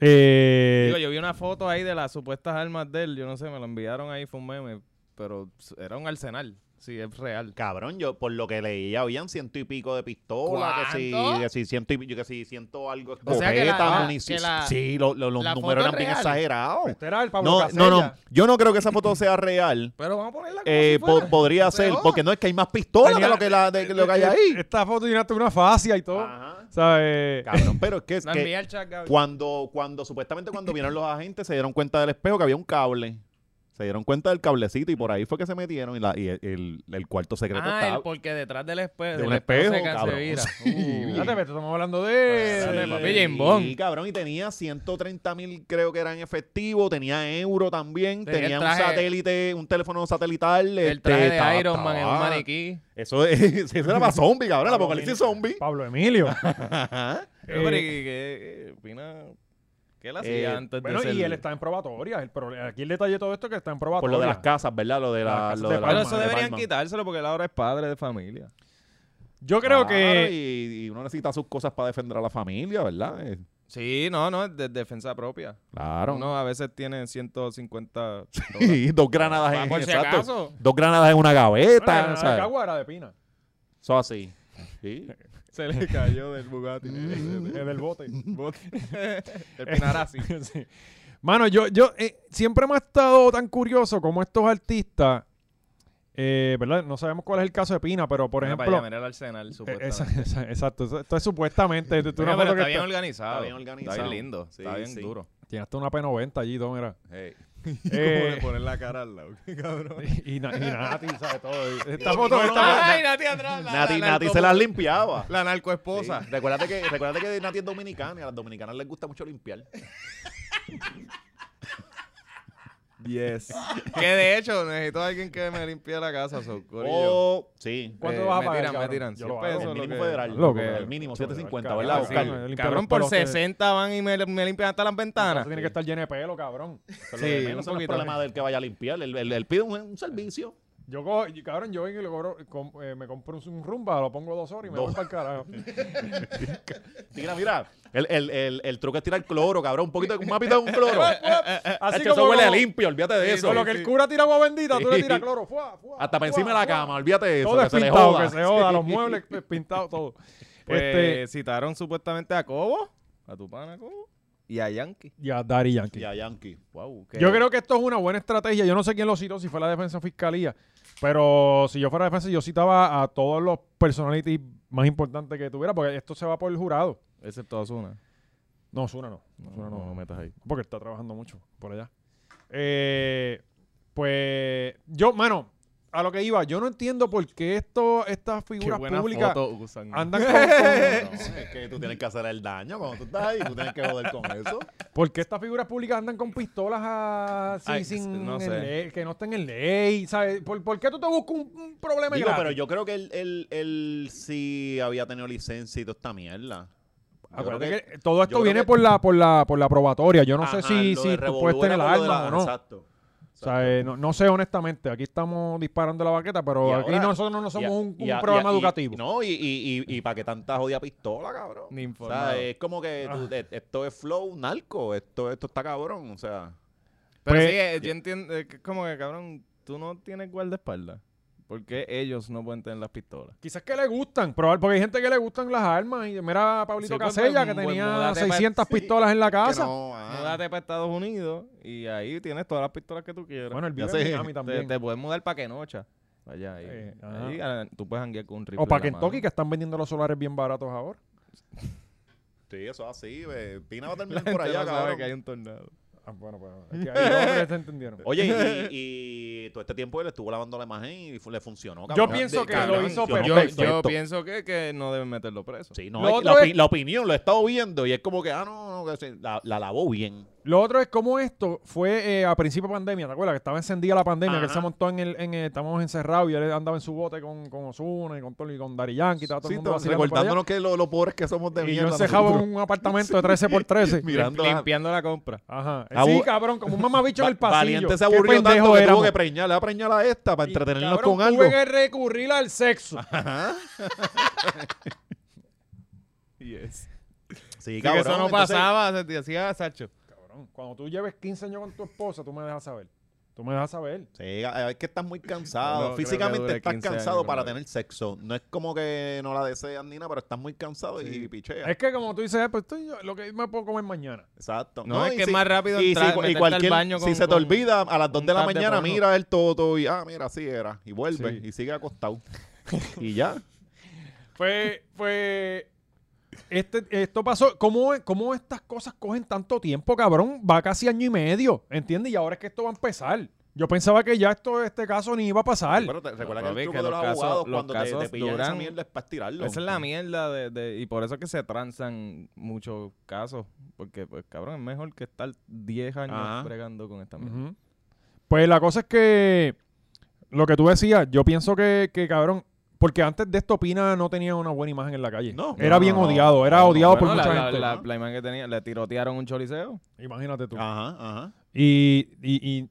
A: eh,
D: Digo, yo vi una foto ahí de las supuestas armas de él. Yo no sé, me lo enviaron ahí, fue un meme. Pero s- era un arsenal. Sí, es real.
B: Cabrón, yo por lo que leía habían ciento y pico de pistolas, que si,
D: ¿Cuánto?
B: que si ciento y pico, que si ciento algo,
D: O sea que la-
B: escopetas,
D: la-
B: munici-
D: que la-
B: sí, lo- lo- los
D: la foto
B: números eran
D: es
B: bien
D: real.
B: exagerados.
A: este era el Pablo
B: No, no, no,
A: Casella.
B: yo no creo que esa foto sea real.
D: Pero vamos a ponerla como
B: Eh,
D: si fuera.
B: po- podría
D: No se
B: ser,
D: joda.
B: porque no es que hay más pistolas de
A: Tenía-
B: lo que, la, de lo que hay
A: Eh,
B: ahí.
A: Esta foto tiene hasta una fascia y todo.
D: Ah.
B: Ajá.
A: ¿Sabes?
B: Cabrón, pero es que,
D: La
B: que
D: envié al chat, Gaby.
B: cuando, cuando supuestamente cuando vinieron los agentes se dieron cuenta del espejo que había un cable. Se dieron cuenta del cablecito y por ahí fue que se metieron y, la, y el, el- el cuarto secreto
D: Ah,
B: estaba.
D: el porque detrás del
B: De
D: espejo. del
B: un
D: se
B: espejo,
D: can- se
B: cabrón.
D: vira.
B: Sí.
D: Uh.
A: Espérate, pero estamos hablando de.
D: Espérate, papi,
A: de-
D: Jim Bond.
B: Sí, cabrón, y tenía 130 mil, creo que eran efectivo, tenía euro también,
D: Tenía el
B: tenía,
D: traje-
B: un satélite, un teléfono satelital.
D: El traje
B: este, eh, ta-
D: de Iron Man en un
B: ta-
D: maniquí.
B: Eso, es, eso era para zombie, cabrón, el apocalipsis zombie.
A: Pablo Emilio.
B: Ajá.
D: Pero, pero, ¿y ¿qué, qué opina? ¿Qué él hacía
B: Eh,
D: antes
A: bueno,
D: de ser-
A: y él está en probatoria. El pro- Aquí el detalle de todo esto es que está en probatoria.
B: Por lo de las casas, ¿verdad? Lo de
A: Las
B: la,
A: casas
B: lo
A: de
B: de la-
D: Pero
A: Palma,
D: eso
B: de
D: deberían
B: Palma.
D: quitárselo porque él ahora es padre de familia.
A: Yo creo
B: Claro,
A: que.
B: Y, y uno necesita sus cosas para defender a la familia, ¿verdad? Eh,
D: Sí, no, no, es de defensa propia.
B: Claro.
D: Uno a veces tiene 150 dólares.
B: Y dos granadas en
D: Ah, Por si
B: exacto.
D: acaso.
B: Dos granadas en una
A: Bueno, la
B: gaveta.
A: granada de
B: ¿sabes?
A: Cagua era de Pina.
B: Eso así. Sí.
D: Se le
A: eh, Mm.
D: cayó del Bugatti.
A: Es del bote.
D: El Pinarazzi.
A: Sí. Mano, yo, yo eh, siempre me ha estado tan curioso como estos artistas, eh, ¿verdad? No sabemos cuál es el caso de Pina, pero por
D: Mira para
A: ejemplo...
D: allá, mira el Arsenal,
A: eh,
D: supuestamente.
A: esa- esa- exacto, eso- esto es supuestamente. esto es una
D: Mira, pero
A: foto que
D: está bien
A: está-
D: organizado.
B: Está bien organizado.
D: Está bien lindo.
B: Sí,
D: está bien
B: sí.
D: duro.
A: Tiene hasta una P90 allí, todo, mira.
D: Hey.
A: Eh,
D: poner la cara al lado, cabrón.
A: y, na- y Nati, ¿sabes? Todo. Esta foto, esta
D: Ay, Nati atrás. La,
B: Nati,
D: la
B: Nati
D: narco-
B: se las limpiaba.
D: La narcoesposa.
B: Sí. Recuérdate que, recuérdate que Nati es dominicana y a las dominicanas les gusta mucho limpiar.
D: Yes. que de hecho, necesito a alguien que me limpie la casa, Socorro.
B: O, sí.
A: Oh, ¿Cuánto
D: Eh,
A: vas a
D: me
A: pagar,
D: tiran, me
A: cabrón?
D: tiran.
A: Yo lo
D: 100
A: hago.
D: pesos.
B: el
D: lo
B: mínimo
D: que-
B: federal.
A: Loco,
B: el
A: cabrón.
B: mínimo,
A: Chacho,
B: 750,
A: cabrón,
B: ¿verdad,
D: sí.
B: Oscar?
A: Limpia
D: Cabrón,
A: los
D: por
A: pelos que-
D: 60 van y me, me limpian hasta las ventanas.
A: Eso tiene que estar lleno de pelo, cabrón.
B: Eso es lo de
D: Sí,
B: menos,
D: un
B: eso no es
D: poquito.
B: problema del que vaya a limpiar. Él, él- él pide un, un servicio.
A: Yo, cojo- yo- cabrón, yo vengo y le cobro, com- eh, me compro un, un rumba, lo pongo dos horas y me voy
B: Dos.
A: para el carajo.
B: Mira, mira. El, el, el, el truco es tirar cloro, cabrón. Un poquito, un mapito de un cloro.
A: Así
B: Chacho, eso huele a
A: como-
B: limpio, olvídate de
A: Sí,
B: eso.
A: Con lo que el cura tira agua bendita, tú le
B: Sí.
A: tiras cloro. fuá, fuá,
B: Hasta para
A: fuá,
B: encima de la
A: fuá.
B: cama, olvídate de eso.
A: Todo
B: que
A: es
B: se le
A: pintado,
B: joda.
A: que se joda. Los muebles eh, pintados, todo.
D: Pues,
A: Este,
D: citaron supuestamente a Cobo, a tu pana Cobo, y a Yankee.
A: ya, Daddy Yankee.
B: Ya, Yankee.
D: Wow,
A: Yo creo que esto es una buena estrategia. Yo no sé quién lo citó, si fue la defensa o fiscalía. Pero si yo fuera defensa, yo citaba a todos los personalities más importantes que tuviera, porque esto se va por el jurado.
D: Excepto Ozuna.
A: No, Zuna no. Ozuna no.
D: metas ahí.
A: Porque está trabajando mucho por allá. Eh, pues yo, mano, a lo que iba, yo no entiendo por qué esto, estas figuras públicas eh,
D: usan.
A: andan con- con-
B: No, es que tú tienes que hacer el daño cuando tú estás ahí. Tú tienes que joder con eso.
A: ¿Por qué estas figuras públicas andan con pistolas así
D: Ay,
A: sin
D: no
A: en
D: sé.
A: ley, que no estén en ley? ¿sabes? ¿Por, por qué tú te buscas un, un problema
B: Digo,
A: gratis?
B: pero yo creo que él, él, él sí había tenido licencia y toda esta mierda. Yo
A: Acuérdate
B: creo
A: que, todo
B: yo
A: esto
B: creo
A: viene
B: que-
A: por la por la por la probatoria. Yo no sé
B: Ajá,
A: si
B: lo
A: si
B: de
A: tú
B: revolú
A: puedes
B: era
A: tener
B: lo
A: la
B: de
A: arma
B: la-
A: o no.
B: Exacto.
A: O sea, eh, no, no sé honestamente, aquí estamos disparando la baqueta, pero
B: Y
A: aquí
B: ahora-
A: nosotros no somos
B: Y a-
A: un, un
B: y a-
A: programa
B: y a- y-
A: educativo.
B: no, y, y, y, para que tanta jodida pistola, cabrón. o sea,
D: Ni informado.
B: es como que tú- e- esto es flow narco, esto, esto está cabrón, o sea.
D: Pero
A: Pues-
D: sí, eh, yo entiendo, eh, que es como que, cabrón, tú no tienes guardaespaldas. ¿Por qué ellos no pueden tener las pistolas?
A: Quizás que le gustan, probar, porque hay gente que le gustan las armas. Y mira a Pablito
D: Sí, pues,
A: Casella, que
D: pues,
A: tenía
D: múdate pa-
A: 600 pistolas en la casa.
B: que no, ah.
D: Múdate para Estados Unidos y ahí tienes todas las pistolas que tú quieras.
A: Bueno, el
B: Ya
A: vive
B: sé.
A: en Miami
D: te,
A: también.
D: te puedes mudar para Kenocha. Allá ahí.
A: Eh, ajá.
D: ahí ah, tú puedes hanguear con un rifle.
A: o para
D: en la
A: Kentucky, que
D: mano.
A: están vendiendo los solares bien baratos ahora.
B: Sí, eso es así, ve. Pina va a
D: La
B: terminar
D: gente
B: por allá,
D: no sabe
B: cabrón.
D: que hay un tornado.
A: Ah, bueno, pues es que ahí los hombres se entendieron.
B: Oye, y, y todo este tiempo él estuvo lavando la imagen y fu- le funcionó, cabrón.
A: pienso
B: De-
A: que
B: cabrón,
A: lo hizo
B: funcionó
A: Yo-
D: Yo,
A: perfecto.
B: perfecto.
D: pienso que, que no deben meterlo preso.
B: Sí, no,
A: Lo
B: es-
A: otro
B: la, opi-
A: es-
B: la opinión, lo he estado viendo y es como que, ah, no, no, que se- la, la lavó bien.
A: Lo otro es cómo esto fue eh, a principio de pandemia, ¿te acuerdas? Que estaba encendida la pandemia, que él
B: Ajá.
A: se montó en el, en el- estábamos encerrados y él andaba en su bote con, con Ozuna y con, Tony- con Dari Yankee, estaba todo el
B: Sí,
A: mundo
B: to-
A: vacilando por allá.
B: recordándonos que lo, lo pobres que somos de
A: Y yo
B: mierda.
A: encejaba
B: nosotros.
A: en un apartamento de 13 por 13.
B: mirando a-
D: Limpiando la compra.
A: Ajá. Eh,
B: Abu-
A: Sí, cabrón, como un mamabicho en el
B: Va-
A: pasillo.
B: Valiente se
A: Qué
B: aburrió
A: pendejo
B: tanto que tuvo
A: éramos.
B: que preñarle, va a preñar a esta para
A: Y,
B: entretenernos
A: cabrón,
B: con algo.
A: tuve que recurrir al sexo.
D: Yes.
B: Sí,
D: que eso no
B: entonces-
D: pasaba, se te hacía Sacho.
A: Cabrón, cuando tú lleves 15 años con tu esposa, tú me dejas saber. Tú me dejas saber.
B: Sí, a- es que estás muy
D: No,
B: cansado.
D: creo que
B: Físicamente
D: dure
B: estás
D: 15 años
B: cansado
D: con
B: para
D: la-
B: tener sexo. No es como que no la deseas ni nada, pero estás muy cansado y picheas.
A: Es que como tú dices, eh, pues estoy yo- lo que me puedo comer mañana.
B: Exacto.
D: No, es
B: y
D: que es más rápido
B: y,
D: entrar,
B: si, cu- y
D: meterte al
B: cualquier,
D: baño
B: si
D: con-
B: se te
D: con
B: olvida, a las 2 de la
D: un tap de
B: mañana
D: porno.
B: mira el toto y, ah, mira, así era. Y vuelve
A: Sí.
B: y sigue acostado. y ya.
A: Pues, pues. Este, esto pasó. ¿Cómo, ¿Cómo estas cosas cogen tanto tiempo, cabrón? Va casi año y medio, ¿entiendes? Y ahora es que esto va a empezar. Yo pensaba que ya esto, este caso ni iba a pasar.
B: Pero te- recuerda
D: Papi,
B: que el truco
D: que
B: de
D: los
B: los
D: casos-
B: abogados
D: los
B: cuando te- te,
D: casos
B: pillan esa
D: duran-
B: mierda es para estirarlo.
D: Esa es la mierda de, de- y por eso es que se transan muchos casos, porque pues cabrón, es mejor que estar 10 años
B: Ajá.
D: bregando con esta mierda.
A: Ujú. Pues la cosa es que lo que tú decías, yo pienso que, que, cabrón, porque antes de esto Pina no tenía una buena imagen en la calle.
B: No.
A: era
B: No,
A: bien
B: no, no.
A: odiado, era
B: No,
A: odiado por
D: Bueno,
A: mucha
D: la, la-
A: gente.
D: la- la imagen que tenía, le tirotearon un choliseo.
A: Imagínate tú.
B: Ajá, ajá.
A: Y, y, y-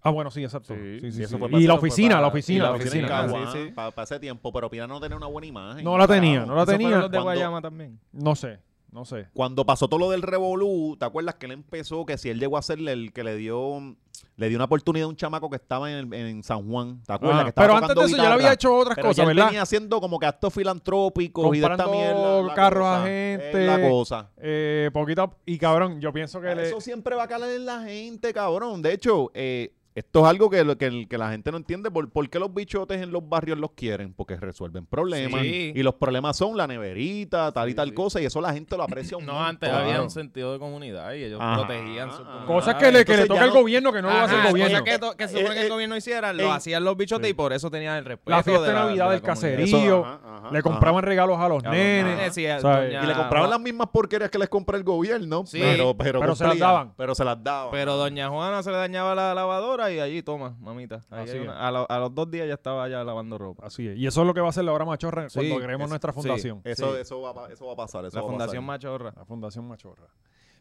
A: Ah, bueno, sí, exacto.
D: Sí,
A: Sí, sí,
B: y eso
A: sí.
B: fue
A: Y
B: para-
A: la
D: eso fue
A: oficina,
D: para-
A: la
D: y
A: oficina, la
D: la
A: oficina.
D: oficina,
A: claro.
D: sí,
B: Caguán,
D: sí.
B: pa- pa ese tiempo, pero Pina no tenía una buena imagen.
A: No la tenía,
B: Carajo.
A: no la
D: Eso fueron
A: tenía.
D: los de
B: Cuando-
D: Guayama también.
A: No sé, no sé.
B: Cuando pasó todo lo del Revolú, ¿te acuerdas que él empezó? Que si él llegó a hacerle el que le dio Le di una oportunidad a un chamaco que estaba en, el- en San Juan, ¿te acuerdas?
A: Ah,
B: que estaba
A: pero antes
B: tocando
A: de eso yo le
B: guitarra,
A: había hecho otras
B: pero
A: cosas,
B: ya él
A: ¿verdad?
B: venía haciendo como que actos filantrópicos
A: Comprando
B: y de esta mierda. la
A: carros a
B: cosa, es
A: gente.
B: La cosa.
A: Eh, poquito. Y cabrón, yo pienso que le.
B: Ah, Eso siempre va a calar en la gente, cabrón. De hecho, eh, esto es algo que, lo- que, el- que la gente no entiende. ¿Por, por qué los bichotes en los barrios los quieren? Porque resuelven problemas.
D: Sí.
B: Y los problemas son la neverita, tal y tal cosa. Y eso la gente lo aprecia un
D: No,
B: montón.
D: antes había un sentido de comunidad y ellos
B: Ajá. Ah.
D: protegían su comunidad.
A: Cosas que le, que le
B: Entonces
A: toca
B: ya
A: al
B: no-
A: gobierno que no lo hace el
D: Ajá,
A: gobierno.
D: cosas que, to- que se supone que el gobierno hiciera, lo
B: eh,
D: hacían los bichotes y por eso tenían el respeto.
A: La fiesta
D: de
A: de
D: la-
A: Navidad
D: de la
A: del
D: comunidad.
A: caserío. Eh,
B: Ajá, ajá,
A: le
B: ajá.
A: compraban regalos a los
D: A los nenes,
A: nenes.
D: Eh, sí, a
A: ¿sabes?
D: doña-
B: Y le compraban las mismas porquerías que les compra el gobierno.
D: Sí.
B: Pero, pero,
A: Pero se las
B: cumplían,
A: daban.
B: Pero se las daban.
D: Pero doña Juana se le dañaba la lavadora y allí, toma, mamita. Ahí
A: Así
D: hay
A: es.
D: una- a, lo- a los dos días ya estaba ya lavando ropa.
A: Así es. Y eso es lo que va a hacer la obra machorra
D: Sí,
A: cuando creemos
D: es-
A: nuestra
D: sí.
A: fundación.
B: Eso,
D: Sí.
B: eso, va, a pa- eso va a pasar. Eso
D: La
B: va a
D: Fundación
B: pasar.
D: Machorra.
A: La fundación machorra.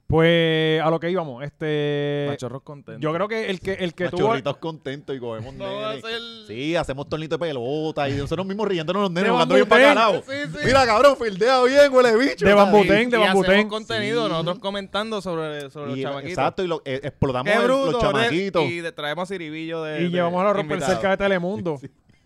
A: Pues a lo que íbamos. Este.
D: Machorros contentos.
A: Yo creo que el que el que tuvo.
B: Machorritos contentos y comemos
D: No va a
B: nenes.
D: ser-
B: Sí, hacemos tornito de pelota y nosotros mismos riéndonos los nenes
A: De
B: jugando bien
A: Bambutén.
B: bacalao. Mira, cabrón, fildea bien, huele bicho.
A: De
B: ¿sabes?
A: Bambutén,
D: Y
A: de
D: hacemos
A: Bambutén.
D: contenido,
B: Sí.
D: nosotros comentando sobre, sobre
B: Y-
D: los chamaquitos.
B: exacto, y lo- eh, explotamos
D: Qué
B: el-
D: bruto,
B: los
D: ¿verdad?
B: chamaquitos.
D: Y de- traemos a Ciribillo de.
A: Y
D: de
A: llevamos a la romper
D: invitado.
A: cerca de Telemundo.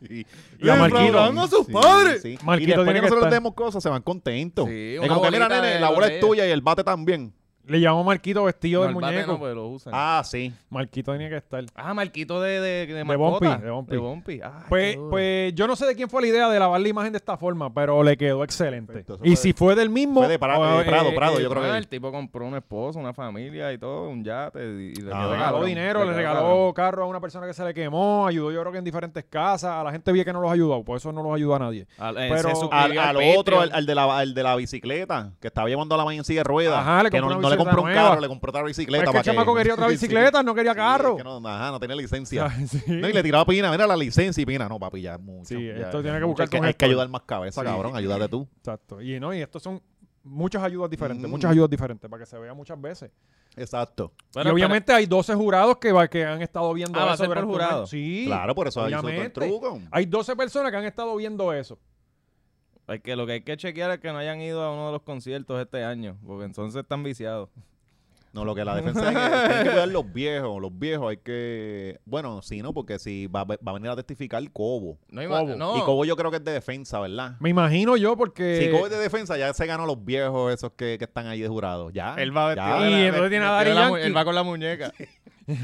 B: Y,
A: Y a Marquito.
B: explotando
D: Sí, sí.
A: Marquito
B: y después
A: tiene
B: que
A: que
B: nosotros
A: estar.
B: demos cosas, se van contentos.
D: Sí,
B: es
D: una
B: como que, mira,
D: bolita
B: nene,
D: de
B: la bola es
D: Rodríguez.
B: tuya y el bate también.
A: Le llamó Marquito vestido
D: No,
A: del
D: el bate
A: muñeco.
D: no, pues. porque lo usan.
B: Ah, sí.
A: Marquito tenía que estar.
D: Ah, Marquito de, de, de, mascota.
A: Bompi, de Bompi.
D: Ah,
A: Pues,
D: qué duro.
A: pues yo no sé de quién fue la idea de lavar la imagen de esta forma, pero le quedó excelente.
B: Perfecto, eso
A: y
B: fue-
A: si fue del mismo.
B: fue de Pra-
A: o,
B: de Prado,
A: eh,
B: Prado,
A: eh,
B: yo creo que-
D: Ah, el tipo compró un esposo, una familia y todo, un yate. Y, y le
A: Le
B: Ah.
D: quedó
A: regaló
D: cabrón,
A: dinero, le
D: quedó
A: regaló carro a una persona que se le quemó, ayudó yo creo que en diferentes casas, a la gente vi que no los ayudó, por eso no los ayudó a nadie.
D: cabrón. Al- eh,
A: Pero-
D: se
B: Al,
D: suscribió
B: al
D: Patreon.
B: otro, al, al de la, al de la bicicleta, que estaba llevando a la mañana en silla de ruedas.
A: Ajá, le
B: que
A: compró una
B: no, no le
A: bicicleta
B: compró un
A: nueva.
B: carro, le compró otra
A: Es
B: bicicleta.
A: que el
B: para
A: chamaco quería otra
B: Sí,
A: bicicleta, no quería
B: Sí,
A: carro.
B: es que no, ajá, no tenía licencia.
A: Sí.
B: No, y le tiraba pina, mira la licencia y pina. No, papi, ya es mucho.
A: Sí,
B: ya
A: esto
B: es
A: tiene que
B: mucho.
A: buscar
B: Hay que,
A: con
B: hay que
A: gestor.
B: ayudar más cabeza, cabrón. Ayúdate tú.
A: Exacto. Y no, y estos son muchas ayudas diferentes,
B: Mm.
A: muchas ayudas diferentes, para que se vea muchas veces.
B: Exacto.
D: Bueno,
A: y
D: espera.
A: obviamente hay 12 jurados que, va, que han estado viendo
D: Ah, va a
A: eso.
D: ser por
A: durante un
D: jurado.
A: año. Sí.
B: Claro, por eso ahí hizo todo el
A: obviamente.
B: truco.
A: Hay 12 personas que han estado viendo eso.
D: Hay que, lo que hay que chequear es que no hayan ido a uno de los conciertos este año, porque entonces están viciados.
B: No, lo que la defensa es que tienen que cuidar los viejos. Los viejos hay que. Bueno, sí, ¿no? Porque si va, a ve- va a venir a testificar Cobo.
D: No hay
A: Cobo.
D: más- no.
B: Y Cobo yo creo que es de defensa, ¿verdad?
A: Me imagino yo porque...
B: Si Cobo es de defensa, ya se ganó a los viejos esos que, que están ahí de jurados. Ya.
D: Él va
B: ya.
D: vestido.
A: Y
D: de la-
A: entonces tiene a
D: vestido de
A: Daddy
D: la mu-
A: Yankee.
D: Él va con la muñeca.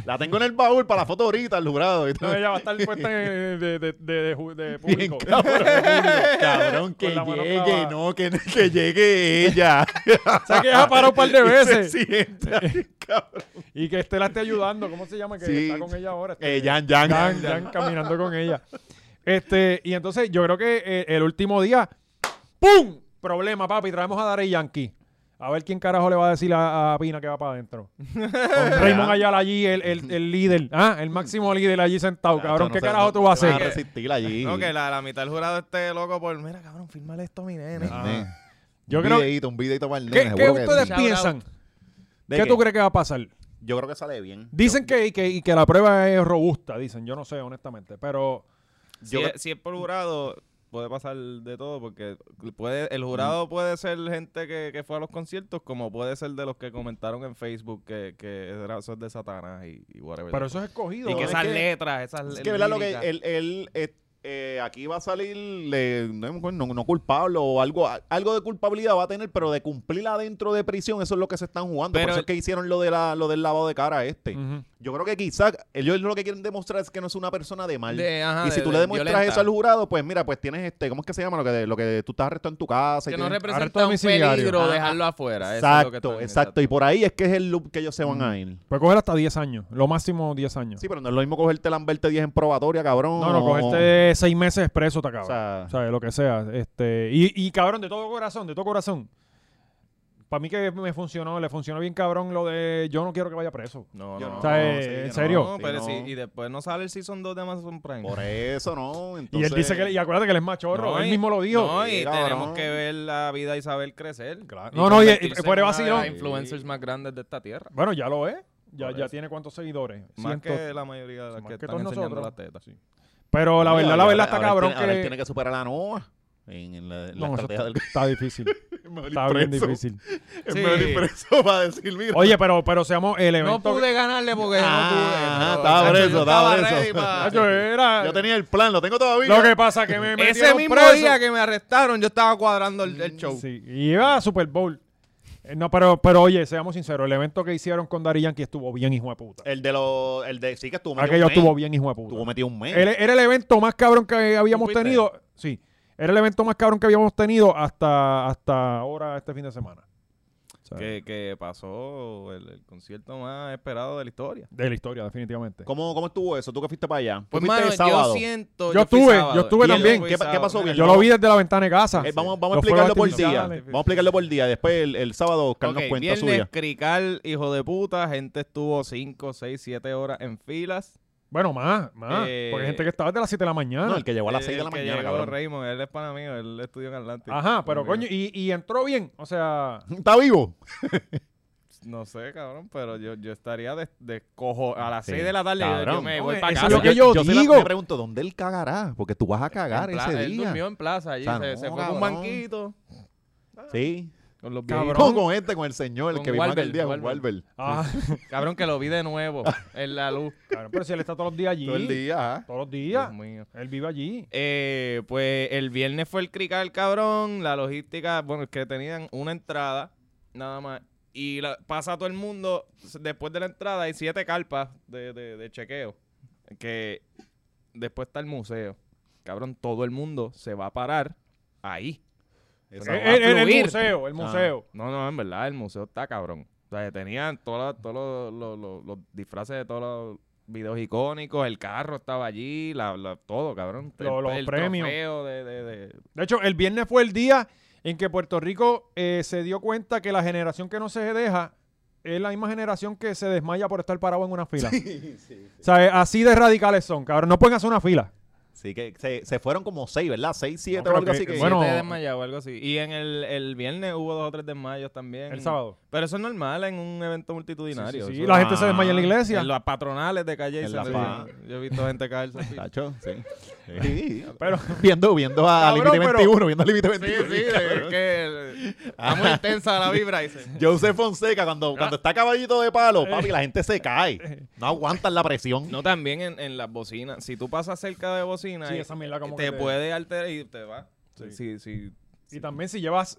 B: La tengo en el baúl para la foto ahorita, el jurado. Y todo.
A: No, ella va a estar puesta en- de, de- de- de ju- de
B: Bien,
A: público.
B: cabrón, cabrón, que
A: Con la mano
B: llegue,
A: clavada.
B: no, que, que llegue ella.
A: O sea, que ella ha parado un par de veces.
B: Se sienta, cabrón.
A: Y que Estela esté ayudando. ¿Cómo se llama? Que
B: Sí.
A: está con ella ahora. este,
B: Eh, Yan, Yan.
A: Jan, Jan caminando con ella. Este, y entonces yo creo que eh, el último día, ¡pum! Problema, papi. Traemos a Darey Yankee. A ver quién carajo le va a decir a, a Pina que va para adentro. Con Raymond Ayala allí, el, el- el líder. Ah, el máximo líder allí sentado, cabrón.
B: Chacho, no
A: ¿Qué
B: se-
A: carajo
B: no-
A: tú vas
B: se
A: a
B: van
A: hacer?
B: resistir allí.
D: No, que la, la mitad del jurado esté loco por, mira, cabrón, fírmale esto a mi nene.
B: Nene.
A: Ah. Yo
B: un
A: creo-
B: videíto, un videíto para el nene,
A: ¿Qué, qué
B: seguro que
A: ustedes
B: sí.
D: Shout
A: piensan?
B: ¿De
A: ¿Qué
B: qué?
A: tú crees que va a pasar?
B: Yo creo que sale bien.
A: Dicen que, y que, y que la prueba es robusta, dicen. Yo no sé, honestamente. Pero
D: Si,
B: Yo-
D: es, si es por jurado, puede pasar de todo, porque puede, el jurado puede ser gente que, que fue a los conciertos, como puede ser de los que comentaron en Facebook que, que era- eso es de Satanás y, y whatever.
A: pero eso es escogido.
D: y que
A: ¿no?
B: es
D: esas
B: que-
D: letras, esas
B: Es
D: letras.
B: que, ¿verdad? Lo que él, él, eh, eh, aquí va a salir, eh, no, me acuerdo, no- no culpable o algo, a- algo de culpabilidad va a tener, pero de cumplir adentro de prisión, eso es lo que se están jugando. Por
D: Pero-
B: eso es que hicieron lo, de la, lo del lavado de cara a este.
A: Ujú.
B: Yo creo que quizás ellos lo que quieren demostrar es que no es una persona de mal.
D: De- ajá,
B: y si
D: de-
B: tú le
D: de
B: demuestras
D: violenta.
B: eso al jurado, pues mira, pues tienes este, ¿cómo es que se llama? Lo que, lo que tú estás arrestado en tu casa. y
D: no
B: tienes-
A: Arresto
D: representa un
A: domiciliario.
D: peligro
B: Ajá.
D: dejarlo afuera. eso es lo
B: exacto,
D: que están-
B: exacto. Y por ahí es que es el loop que ellos se van a ir.
A: Puede coger hasta 10 años. Lo máximo 10 años.
B: Sí, pero no es lo mismo cogerte lamberte 10 en probatoria, cabrón.
A: No, no,
B: o-
A: cogerte seis meses preso, te
B: O
A: cabrón.
B: sea,
A: O sea, lo que sea. Este, y, y cabrón, de todo corazón, de todo corazón. Para mí que me funcionó, le funcionó bien cabrón lo de yo no quiero que vaya preso.
D: No,
B: Yo
D: no.
A: O sea, eh,
B: sí,
A: en
B: no,
A: serio.
D: No,
B: sí,
D: pero
B: no.
D: sí, y después no sale el Season 2 de Amazon Prime.
B: Por eso, ¿no?
A: y él dice que, y acuérdate que él es machorro,
D: No,
A: él
D: y-
A: mismo lo dijo.
D: No, eh. y
B: Sí, cabrón.
D: tenemos que ver la vida de Isabel crecer.
A: Claro. No, no, y- y-
D: convertirse
A: fuera
D: en una de
A: vacilón.
D: las influencers más grandes de esta tierra.
A: Bueno, ya lo es. Ya,
D: Por
A: ya
D: eso.
A: tiene cuántos seguidores.
D: Más
A: Ciento-
D: que la mayoría de las
A: más
D: que,
A: que
D: están
A: todos
D: enseñando
A: nosotros.
D: las tetas.
A: Pero la verdad, la verdad está cabrón
B: Ahora él tiene
A: que...
B: que superar a Noah.
H: en, en la, en la
A: No, eso
H: estrategia
A: está,
H: del
A: está difícil.
B: mejor
A: Está
B: ir
A: bien
B: preso.
A: difícil.
B: Es
D: Sí.
B: mejor ir preso para decir, mira.
A: Oye, pero, pero seamos el evento.
C: No pude ganarle porque
B: Ah, ajá,
C: no pude.
B: estaba
C: Chacho,
B: preso,
C: yo
B: estaba
C: estaba
B: preso. Ah,
C: ready pa-
A: Ah, Yo era-
B: Yo tenía el plan, lo tengo todavía.
A: Lo que pasa que me metieron
D: Ese mismo
A: preso.
D: día que me arrestaron, yo estaba cuadrando el, el show.
A: Sí, y iba a Super Bowl. Eh, No, pero, pero oye, seamos sinceros, el evento que hicieron con Dari Yankee estuvo bien hijo de puta.
B: El de los. El de. Sí, que Eh, estuvo metido
A: Aquello
B: un mes.
A: Ah, estuvo bien hijo de
B: Estuvo
A: puta.
B: metido un mes.
A: Era, era el evento más cabrón que habíamos
D: ¿Supiste?
A: tenido. Sí, era el evento más cabrón que habíamos tenido hasta, hasta ahora, este fin de semana. O sea,
D: Que, que pasó el, el concierto más esperado de la historia.
A: De la historia, definitivamente.
B: ¿Cómo, ¿Cómo estuvo eso? ¿Tú que fuiste para allá? ¿Tú
D: Pues,
B: fuiste
D: mano,
B: el sábado?
D: yo siento...
A: Yo
D: fui
A: estuve,
D: sábado.
A: yo estuve
D: Bien,
A: también.
D: fui
B: ¿Qué pa- qué
D: sábado.
B: pasó bien?
A: Yo lo vi desde la ventana de casa.
B: Eh, vamos, vamos a
A: Los fuegos
B: explicarlo por día.
A: artificiales.
B: Vamos a explicarlo por día. Después el, el sábado, Oscar nos
D: Ok,
B: cuenta
D: viernes,
B: su día.
D: Crical, hijo de puta, gente estuvo 5, 6, 7 horas en filas.
A: Bueno, más, más.
D: Eh,
A: porque hay gente que estaba desde las 7 de la mañana.
B: No, el que llegó a las 6 de la
D: El que
B: mañana,
D: llegó,
B: cabrón.
D: Raymond, él es pana mío, él estudió en Atlántico.
A: Ajá, pero coño,
D: Conmigo.
A: y, y entró bien. O sea,
B: ¿Está vivo?
D: No sé, cabrón, pero yo, yo estaría de, de cojo a las
H: Sí,
D: 6 de la tarde. yo- Yo
H: cabrón.
D: me voy
A: Hombre,
D: para
A: eso
D: casa.
A: es Ah, lo que yo
B: sí la-
A: digo.
B: me pregunto, ¿dónde él cagará? Porque tú vas a cagar
D: En pla-
B: ese
D: él
B: día.
D: durmió en plaza allí,
B: O sea,
D: se,
B: no,
D: se fue con
B: cabrón.
D: un banquito
B: Sí.
D: con los
A: Cabrón.
D: viejitos.
B: No, con este, con el señor, el
D: Con
B: que vimos
D: Walbert,
B: aquel día, con
D: Walbert.
B: Walbert.
A: ah,
D: Cabrón, que lo vi de nuevo en la luz.
A: cabrón, pero si él está todos los días allí.
B: Todo el día, ajá.
A: Todos los
D: Dios
A: días.
D: mío.
A: Él vive allí.
D: Eh, pues el viernes fue el crical, cabrón. La logística, bueno, es que tenían una entrada, nada más. Y la- pasa todo el mundo. s- Después de la entrada hay siete carpas de, de- de chequeo. Que después está el museo. Cabrón, todo el mundo se va a parar ahí.
B: Esa
A: El,
B: va- Ah.
A: el- Eh, el
D: fluir.
A: museo, el museo.
D: No, no, en verdad, el museo está cabrón. O sea, tenían todos los- todos los- los- los- los disfraces de todos los videos icónicos. El carro estaba allí, la, la- todo, cabrón. El-
A: Los- los
D: el
A: premios.
D: trofeo de- de- de,
A: De hecho, el viernes fue el día en que Puerto Rico eh, se dio cuenta que la generación que no se deja es la misma generación que se desmaya por estar parado en una fila. O sea, eh, así de radicales son, cabrón. No pueden hacer una fila.
B: Sí, que se, se fueron como 6, ¿verdad? 6, 7
A: No,
B: o
A: creo
B: algo así
A: que-
B: que.
A: bueno,
D: Siete desmayados o algo así. Y en el, el viernes hubo dos o tres desmayos también.
A: El sábado.
D: Pero eso es normal en un evento multitudinario.
A: Sí,
D: Eso- Ah,
A: la gente se desmaya en la iglesia.
D: En las patronales de calle y
B: En la
D: San
B: pa-
D: Luis. Yo he visto gente caerse. así.
B: Tacho, sí. Sí.
A: Pero-
B: viendo, viendo a
A: Cabrón,
B: Límite
A: pero-
B: 21, viendo a Límite
D: Sí, eh,
B: 21.
D: sí, es que está
B: Ah.
D: muy intensa la vibra. Y se-
B: Joseph Fonseca, cuando, cuando está caballito de palo, papi, la gente se cae. No aguantan la presión.
D: No, también en, en las bocinas. Si tú pasas cerca de bocinas,
A: Sí,
D: y-
A: esa mierda
B: este,
A: como
D: te
A: que te-
B: pues,
D: puede alterar y te va.
A: Sí.
D: Sí, sí. sí.
A: Y también si llevas...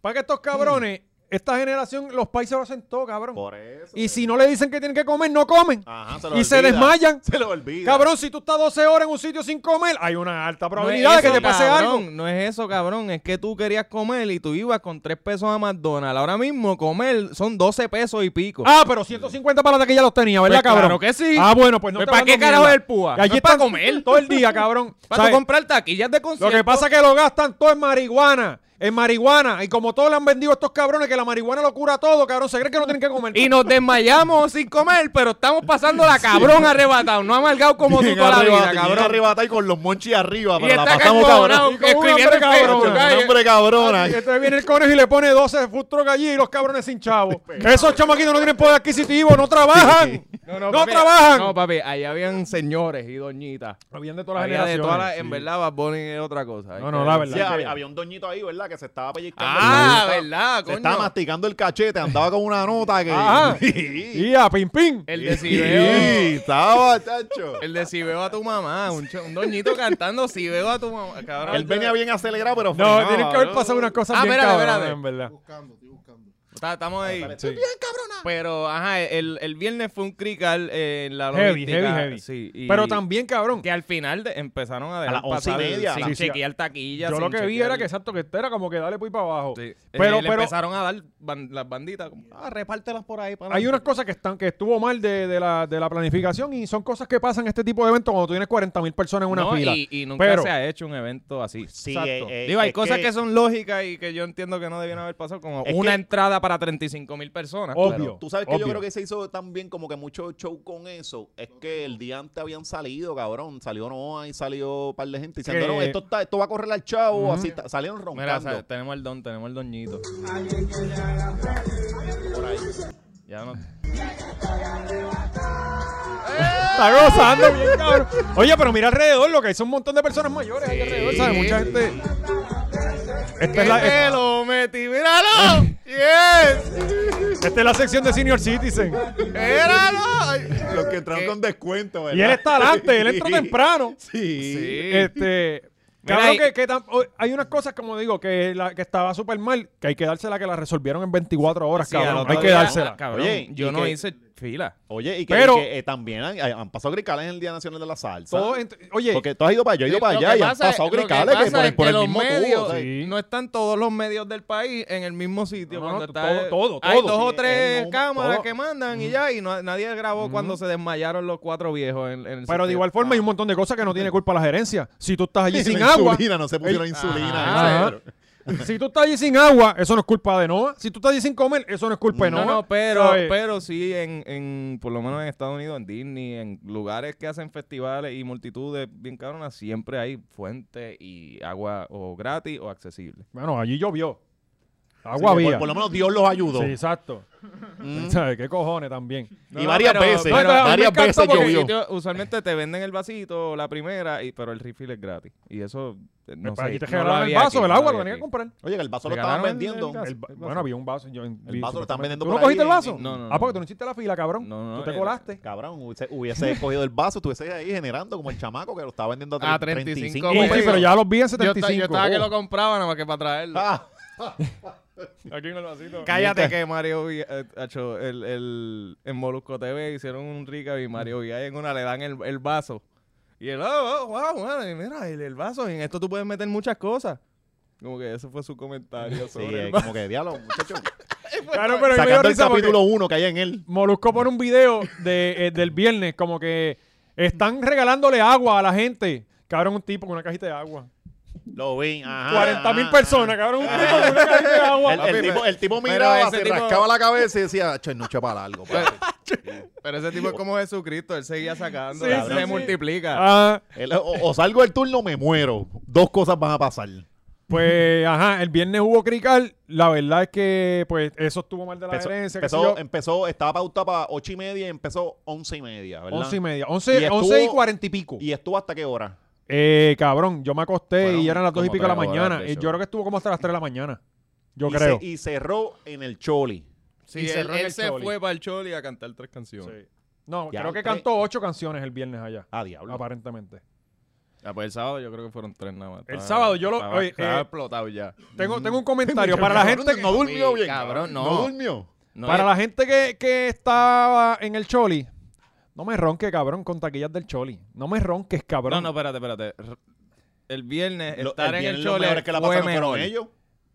A: Para que estos cabrones, esta generación, los países lo hacen todo, cabrón.
B: Mm. Por eso.
A: Y si no le dicen que tienen que comer, no comen.
B: Ajá,
A: y se desmayan.
B: Se lo olvida.
A: Cabrón, si tú estás 12 horas en un sitio sin comer, hay una alta probabilidad
D: No es
A: de que
D: eso,
A: te pase
D: cabrón,
A: algo.
D: No es eso, cabrón. Es que tú querías comer y tú ibas con 3 pesos a McDonald's. Ahora mismo comer son 12 pesos y pico.
A: Ah, pero 150 para la que ya los tenía, ¿verdad,
D: Pues
A: cabrón?
D: claro que sí.
A: Ah, bueno, pues no
D: Pues
A: te
D: ¿para
A: hablando
D: qué carajo
A: mierda.
D: el púa?
A: Y allí
D: No es para
A: están
D: comer.
A: Todo el día, cabrón.
D: Para
A: ¿Sabes?
D: tú comprar taquillas de concierto.
A: Lo que pasa es que lo gastan todo en marihuana. En marihuana. Y como todos le han vendido a estos cabrones que la marihuana lo cura todo, cabrón, se cree que no tienen que comer.
D: Y nos desmayamos sin comer, pero estamos pasando la cabrón arrebatado. No amargado como tú
B: Bien
D: toda la vida,
B: arrebatado, bien
D: cabrón.
B: arrebatado y con los monchis arriba, pero la
D: está
B: pasamos
D: encojonado,
B: cabrón.
A: Y con un
D: escribiendo
A: hambre,
D: en Facebook,
A: cabrón.
D: cabrón.
B: Un hombre cabrona.
A: Y entonces viene el conejo y le pone 12 food truck allí y los cabrones sin chavo. Esos chamaquitos no tienen poder adquisitivo, no trabajan. No,
D: papi,
A: trabajan.
D: No, papi, allá habían señores y doñitas.
A: Habían de todas las
D: Había de
A: generaciones.
D: todas las-
A: sí.
D: En verdad, Bad Bunny es otra cosa.
A: No, no, la verdad.
B: Sí,
A: que-
B: había, había un doñito ahí, ¿verdad? Que se estaba pellizcando.
D: Ah,
B: Se estaba-
D: verdad,
B: Se
D: coño.
B: estaba masticando el cachete, andaba con una nota que.
A: Ajá.
B: Sí,
A: Y a Pim Pim.
D: El
B: sí,
D: decibeo.
B: estaba, chacho.
D: El de si veo a tu mamá, un, cho- un doñito cantando si veo a tu mamá. Cabrón,
B: Él venía bien acelerado, pero
A: No,
B: frenaba,
A: tienen que haber pasado unas cosas
D: Ah,
A: bien
D: espérate,
A: cabronas,
D: espérate.
A: en verdad.
D: Está- estamos ahí.
B: Estoy bien, cabrona.
D: Pero, ajá, el, el viernes fue un crical eh, en la
A: Heavy,
D: logística.
A: heavy, heavy.
D: Sí, y-
A: Pero también, cabrón.
D: Que al final de- empezaron a dejar
B: las once y
D: pasar
B: media,
D: sin
B: a
A: las-
D: chequear taquilla.
A: Yo lo
D: sin
A: que vi
D: chequear-
A: era que exacto que este era como que dale pues para abajo.
D: Sí.
A: Pero,
D: Eh, le
A: pero
D: empezaron a dar ban- las banditas. como, ah, repártelas por ahí. Para
A: hay unas cosas que están, que estuvo mal de, de la, de la planificación y son cosas que pasan en este tipo de eventos cuando tú tienes 40 mil personas en una
D: No,
A: fila.
D: Y, y nunca
A: Pero-
D: se ha hecho un evento así.
B: Sí,
A: Exacto.
B: eh, eh,
D: Digo, hay
B: es
D: cosas que... son lógicas y que yo entiendo que no debían haber pasado, como
B: Es
D: una
B: que-
D: entrada para 35 mil personas.
A: Obvio.
B: Tú sabes que
A: obvio.
B: yo creo que se hizo también como que mucho show con eso. Es que el día antes habían salido, cabrón. Salió Noah y salió un par de gente diciendo,
A: Que-
B: no, esto, está, esto va a correr al chavo. Así está- salieron
D: Pero- Mira,
B: roncando.
D: sa- tenemos el don, tenemos el doñito. Ya no.
A: Está gozando bien, cabrón. Oye, pero mira alrededor, lo que hay son un montón de personas mayores ahí alrededor, ¿sabes? Mucha gente. Esta es, la,
D: ¡Me lo metí! ¡Míralo! ¡Yes!
A: esta es la sección de Senior Citizen.
D: ¡Míralo! Ay,
B: Los que entraron con descuento, ¿verdad?
A: Y él está adelante, él entró
B: Sí.
A: temprano.
B: Sí. eh,
A: Este.
D: Mira,
A: Cabrón,
D: y-
A: que, que tam- o- hay unas cosas, como digo, que, la, que estaba súper mal, que hay que dársela que la resolvieron en 24 horas,
D: sí, al
A: cabrón.
D: otro
A: Hay que
D: día, ah,
A: dársela.
D: Cabrón,
B: Oye,
D: yo
B: ¿y
D: no
B: qué?
D: hice fila.
B: Oye, y que,
A: Pero-
B: y que, eh, también han, han pasado gricales en el Día Nacional de la Salsa.
A: Todo ent- oye,
B: Porque tú has ido para allá, yo he ido
D: Sí,
B: para
D: lo
B: allá
D: que
B: y han
D: pasa es-
B: pasado
D: lo que
B: gricales que
D: pasa
B: por,
D: es
B: por
D: que
B: el
D: los
B: mismo tubo.
D: medios-
B: o sea,
A: Sí.
D: No están todos los medios del país en el mismo sitio.
A: No, no,
D: cuando
A: no,
D: está-
A: todo, todo,
D: Hay
A: todo.
D: dos o
A: Sí,
D: tres
A: no,
D: cámaras
A: todo.
D: que mandan y ya, y no- nadie grabó cuando se desmayaron los cuatro viejos en, en el
A: pero de
D: sitio.
A: igual forma hay un montón de cosas que no tiene culpa la gerencia. Si tú estás allí
B: y
A: sin
B: la
A: agua,
B: insulina, no se pusieron insulina.
A: Ajá.
B: eso, pero-
A: si tú estás allí sin agua, eso no es culpa de Noah. Si tú estás allí sin comer, eso no es culpa de
D: No,
A: Noah.
D: no, pero,
A: ¿Sabes?
D: pero sí, en, en, por lo menos en Estados Unidos, en Disney, en lugares que hacen festivales y multitudes bien cabronas, siempre hay fuente y agua o gratis o accesible.
A: Bueno, allí llovió.
B: Así
A: Agua
B: que
A: había.
B: por, por lo menos Mm. Dios los ayudó.
A: Sí, exacto. ¿Sabes? ¿Qué cojones también?
B: y varias
D: pero-
B: veces,
D: pero a mí me
B: varias
A: encantó
B: veces
A: porque-
B: llovió.
D: Sitio- usualmente te venden el vasito, la primera, y, pero el refill es gratis. Y eso, eh, no
A: Pues
D: sé,
A: allí te
D: no lo
A: regalaron el
D: había
A: vaso,
D: aquí,
A: el
D: no
A: agua, lo
D: había
A: tenía que
D: aquí.
A: comprar.
B: Oye, que el vaso
D: ¿Te
B: lo estaban
D: ganaron el-
B: vendiendo.
D: el gas?
A: El va- bueno, había un vaso. Yo en-
B: El
A: vi-
B: vaso lo están vendiendo
A: ¿Tú no
B: por
A: cogiste el
B: ahí
A: vaso?
B: en-
D: No, no,
A: Ah,
D: no.
A: porque tú no hiciste la fila, cabrón.
D: No, eh, no,
A: tú te
D: el-
A: colaste.
B: Cabrón, hubiese, hubiese cogido el vaso, tú hubiese ahí generando como el chamaco que lo estaba vendiendo a,
D: A
B: 35,
D: 35
A: Sí,
D: Como
A: sí,
D: digo,
A: pero ya los vi en
D: Yo, esta-
A: 75.
D: yo estaba que
A: Oh.
D: lo compraba nada más que para traerlo.
B: Ah,
D: Aquí en el vasito. Cállate que Mario Vi- eh, Hacho, el, el, en Molusco TV hicieron un recap y Mario Villay en una le dan el, el vaso. Y él, oh, oh, wow, wow, y mira, el, el vaso, y en esto tú puedes meter muchas cosas. Como que ese fue su comentario
B: sí,
D: sobre el
B: eh,
D: vaso.
B: como que diálogo, muchachos.
A: Claro, pero a mí me dio
B: Sacando el
A: risa porque
B: capítulo 1 que hay en él.
A: Molusco pone un video de, eh, del viernes como que están regalándole agua a la gente. Cabrón, un tipo con una cajita de agua.
B: Lo vi, ajá.
A: 40 mil
B: ajá.
A: personas, cabrón, un tipo con una cajita de agua.
B: Ah. El, el
D: Papi,
B: tipo,
D: pero-
B: el tipo
D: pero
B: miraba,
D: ese
B: se
D: tipo-
B: rascaba la cabeza y decía, "Acho, es noche para algo.
D: Pero ese tipo es como Jesucristo, él seguía sacando,
A: Sí,
D: cabrón,
A: sí,
D: se
A: sí.
D: multiplica.
A: Ah,
B: o, o salgo del turno o me muero. Dos cosas van a pasar.
A: pues, ajá, el viernes hubo crical. La verdad es que, pues, eso estuvo mal de la
B: Empezó,
A: gerencia. qué sé
B: empezó,
A: yo.
B: empezó- estaba pauta para 8 y media y empezó 11 y media, ¿verdad?
A: 11 y media.
B: Y
A: 11
B: estuvo-
A: 11 y, 40 y pico.
B: ¿Y estuvo hasta qué hora?
A: Eh, cabrón, yo me acosté
D: Fueron
A: y eran las 2 y
D: como
A: pico de la
D: tres horas
A: mañana.
D: de
A: Eh, yo
D: show.
A: creo que estuvo como hasta las 3 de la mañana. Yo
B: y
A: creo.
B: ce- y cerró en el Choli.
D: Sí,
A: y
D: él,
A: cerró en
D: él
A: el
D: se
A: Choli.
D: fue para el Choli a cantar tres canciones.
A: Sí. No,
B: Ya,
A: creo que
B: tres.
A: cantó 8 canciones el viernes allá.
B: Ah, diablo.
A: Aparentemente.
D: Ah, pues el sábado yo creo que fueron tres nada más.
A: El
D: Estaba-
A: sábado yo lo-
D: estaba-
A: oye,
D: estaba
A: eh,
D: explotado ya.
A: Tengo, tengo un comentario para la gente que,
B: no durmió
D: Sí,
B: bien.
D: cabrón, no.
B: durmió.
D: No,
A: para
D: eh,
A: la gente que, que estaba en el Choli. No me ronques, cabrón, con taquillas del Choli. No me ronques,
D: No,
A: cabrón.
D: no, espérate, espérate. R- El viernes,
B: Lo-
D: estar
B: el
D: en
B: viernes
D: el
B: los
D: chole
B: mejores que la
D: fue
B: pasaron fueron
D: mejor.
B: ellos.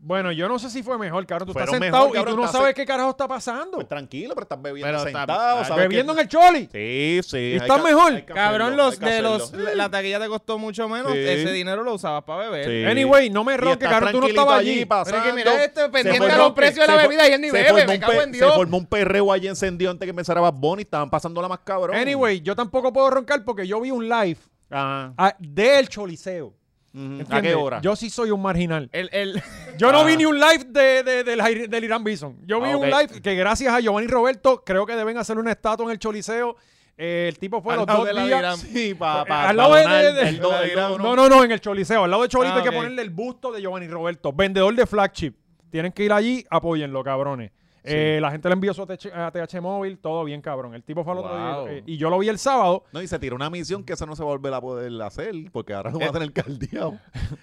A: Bueno, yo no sé si fue mejor, cabrón. Tú estás
B: Fueron
A: sentado
B: mejor,
A: y
B: cabrón,
A: tú no
B: estás
A: sabes
B: sen-
A: qué carajo está pasando.
B: Pues tranquilo, pero estás bebiendo
D: Pero está-
B: sentado.
D: ah,
B: sabes
A: Bebiendo
B: que-
A: en el Choli.
B: Sí, sí. hay
A: ¿Estás
B: que-
A: mejor?
B: hay que
D: Cabrón,
B: hacerlo,
D: los
B: hay que
D: de
B: hacerlo.
D: los la la taquilla te costó mucho menos,
B: Sí.
D: ese dinero lo usabas para beber.
B: Sí.
A: Anyway, no me
B: Y
A: ronques,
B: estás
A: cabrón. Tú no
B: tranquilito
A: estabas allí.
B: pasando.
D: Pero es que mira, este
B: Se
D: pendiente
B: formó
D: a los
B: un-
D: precios de
B: se
D: la
B: for-
D: bebida y él ni
B: se
D: bebe,
B: formó
D: me
B: un
D: cago
B: pe-
D: en Dios.
B: Se formó un perreo allí encendido antes que empezara Bad Bunny. Estaban pasándola más cabrón.
A: Anyway, yo tampoco puedo roncar porque yo vi un live
B: Ajá.
A: ah, del Choliseo.
B: Ujú. ¿A
A: ¿entiendes?
B: qué hora?
A: Yo sí soy un marginal.
D: El, el,
A: Yo no vi ni un live de, de- del, Jair- del Irán Bison. Yo vi
B: Ah, ok.
A: un live que gracias a Giovanni Roberto creo que deben hacer una estatua en el Choliseo. Eh, el tipo fue
D: Al
A: los
D: lado
A: dos
D: de la
A: días.
D: Irán.
B: Sí, para
A: Eh, al lado de- de- de-
B: el do- el do-
A: No, no, no, en el Choliseo. Al lado de Cholito
D: Ah,
A: hay que
D: ok.
A: ponerle el busto de Giovanni Roberto. Vendedor de flagship. Tienen que ir allí, apóyenlo, cabrones. Eh, la gente le envió su TH, a TH móvil, todo bien, cabrón. El tipo fue al otro
D: Wow.
A: día. eh, y yo lo vi el sábado.
B: No, y se tiró una misión que eso no se va a volver a poder hacer porque ahora lo van a tener caldeado.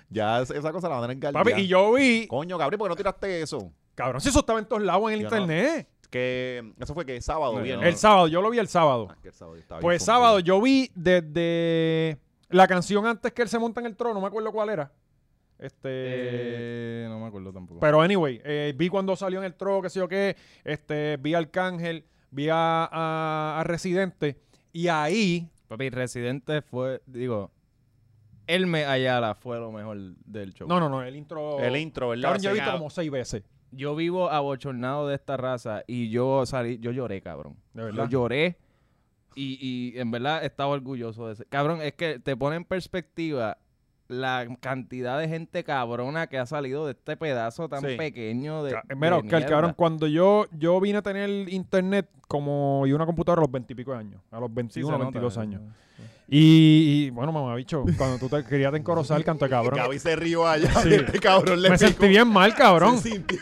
B: Ya es- esa cosa la van a tener caldeado.
A: Papi, y yo vi.
B: Coño, Gabriel, ¿por qué no tiraste eso?
A: Cabrón, si eso estaba en todos lados en el
B: Yo no.
A: internet.
B: Que eso fue que sábado,
D: No,
B: viernes.
A: El sábado, yo lo vi el sábado.
B: Ah, que el sábado yo estaba bien
A: Pues
B: confundido.
A: sábado yo vi desde la canción antes que él se monta en el trono, no me acuerdo cuál era. Este.
D: eh, no me acuerdo tampoco.
A: Pero anyway, eh, vi cuando salió en el trono, qué sé yo qué. Este, vi a Arcángel, vi a, a- a Residente. Y ahí.
D: Papi, Residente fue, digo, Elme Ayala fue lo mejor del show.
A: No, no, no, el intro.
B: El intro, ¿verdad?
A: Cabrón, yo he
B: Sí,
A: visto
B: cabrón.
A: como seis veces.
D: Yo vivo abochornado de esta raza y yo salí, yo lloré, cabrón.
A: De verdad.
D: Yo lloré y, y en verdad estaba orgulloso de ese. Cabrón, es que te pone en perspectiva la cantidad de gente cabrona que ha salido de este pedazo tan
B: Sí.
D: pequeño de.
A: Ca- eh, Mira,
D: de
A: Oscar,
D: mierda.
A: cabrón, cuando yo, yo vine a tener internet como y una computadora a los veintipico de años, a los
D: Sí,
A: 21,
D: se nota,
A: 22
D: eh.
A: años. Y, y, bueno, mamabicho, cuando tú te querías encorozar, canto de cabrón.
B: Gaby se rió allá.
A: Sí.
B: Este cabrón le
A: Me
B: picó.
A: sentí bien mal, cabrón.
B: Se sintió.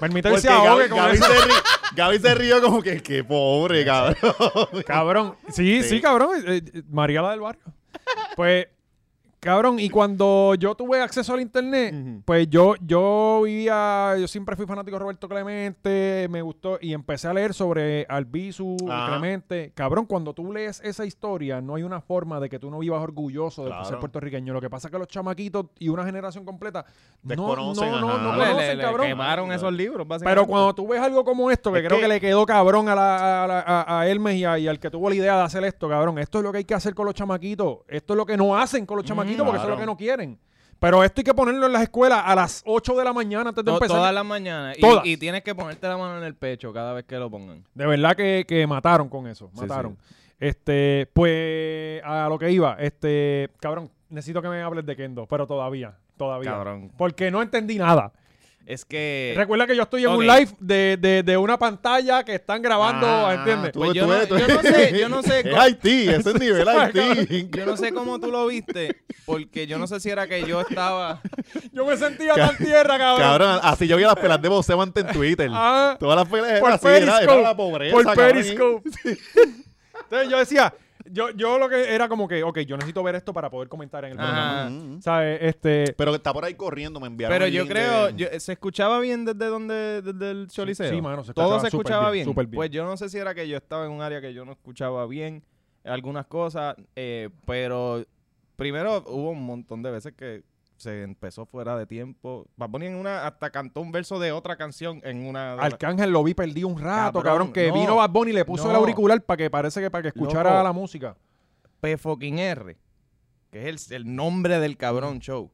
A: Permítame que
B: Porque
A: se ahogue
B: Gaby,
A: con
B: Gaby
A: eso.
B: se rió, Gaby se rió como que, qué
D: Pues
B: pobre, cabrón.
A: Cabrón. Sí, sí, cabrón. Eh, eh, María la del barrio. Pues, cabrón, y cuando yo tuve acceso al internet, pues yo, yo vivía, yo siempre fui fanático de Roberto Clemente, me gustó, y empecé a leer sobre Albizu,
B: Ajá.
A: Clemente. Cabrón, cuando tú lees esa historia, no hay una forma de que tú no vivas orgulloso de
B: Claro.
A: ser puertorriqueño. Lo que pasa es que los chamaquitos y una generación completa no, no,
B: Desconocen,
A: no, no,
B: ajá.
A: conocen,
D: Le- le- le
A: cabrón.
D: quemaron esos libros, básicamente.
A: Pero cuando tú ves algo como esto, que
B: Es
A: creo que,
B: que-
A: le quedó cabrón a, la- a la- a- a Hermes y, a- y al que tuvo la idea de hacer esto, cabrón. Esto es lo que hay que hacer con los chamaquitos. Esto es lo que no hacen con los chamaquitos porque eso es lo
B: claro.
A: que no quieren. Pero esto hay que ponerlo en las escuelas a las 8 de la mañana antes de
D: To-
A: empezar.
D: todas las mañanas. Y,
A: Todas.
D: y tienes que ponerte la mano en el pecho cada vez que lo pongan.
A: De verdad que, que mataron con eso. Mataron. Este, pues, a lo que iba, este, cabrón, necesito que me hables de Kendo, pero todavía, todavía.
D: Cabrón.
A: Porque no entendí nada.
D: Es que.
A: Recuerda que yo estoy en un
D: ok.
A: live de, de- de una pantalla que están grabando,
B: Ah,
A: ¿entiendes?
B: tú-
D: Pues yo
B: tú
D: no-
B: ves, tú
D: yo
B: ves.
D: no sé- yo no sé
B: Es
D: cómo-
B: Haití, ese es nivel Haití.
D: Yo no sé cómo tú lo viste, porque yo no sé si era que yo estaba.
A: Yo me sentía tan tierra, cabrón.
B: Cabrón, así yo vi las pelas de boxeo antes en Twitter.
A: Ah,
B: Todas las pelas eran
A: por
B: así, era,
A: Periscope.
B: era la pobreza.
A: por
B: cabrón.
A: Periscope. Entonces yo decía, yo, yo lo que era como que, ok, yo necesito ver esto para poder comentar en el programa.
D: Ajá.
A: ¿Sabes? Este.
B: Pero está por ahí corriendo, me enviaron.
D: Ah. Pero
B: el
D: yo
B: link
D: creo,
B: de-
D: yo- se escuchaba bien desde donde, desde el Choliseo.
A: sí, mano, se
D: Todo
A: escuchaba
D: se
A: súper
D: escuchaba
A: bien,
D: bien.
A: súper bien.
D: Pues yo no sé si era que yo estaba en un área que yo no escuchaba bien algunas cosas, eh, pero primero hubo un montón de veces que se empezó fuera de tiempo. Bad Bunny en una hasta cantó un verso de otra canción en una. de las-
A: Arcángel lo vi perdido un rato, cabrón,
D: Cabrón,
A: que
D: no.
A: vino Bad Bunny y le puso
D: No.
A: el auricular para que parece que para que escuchara
D: Loco.
A: la música.
D: P fucking R, que es el, el nombre del cabrón show.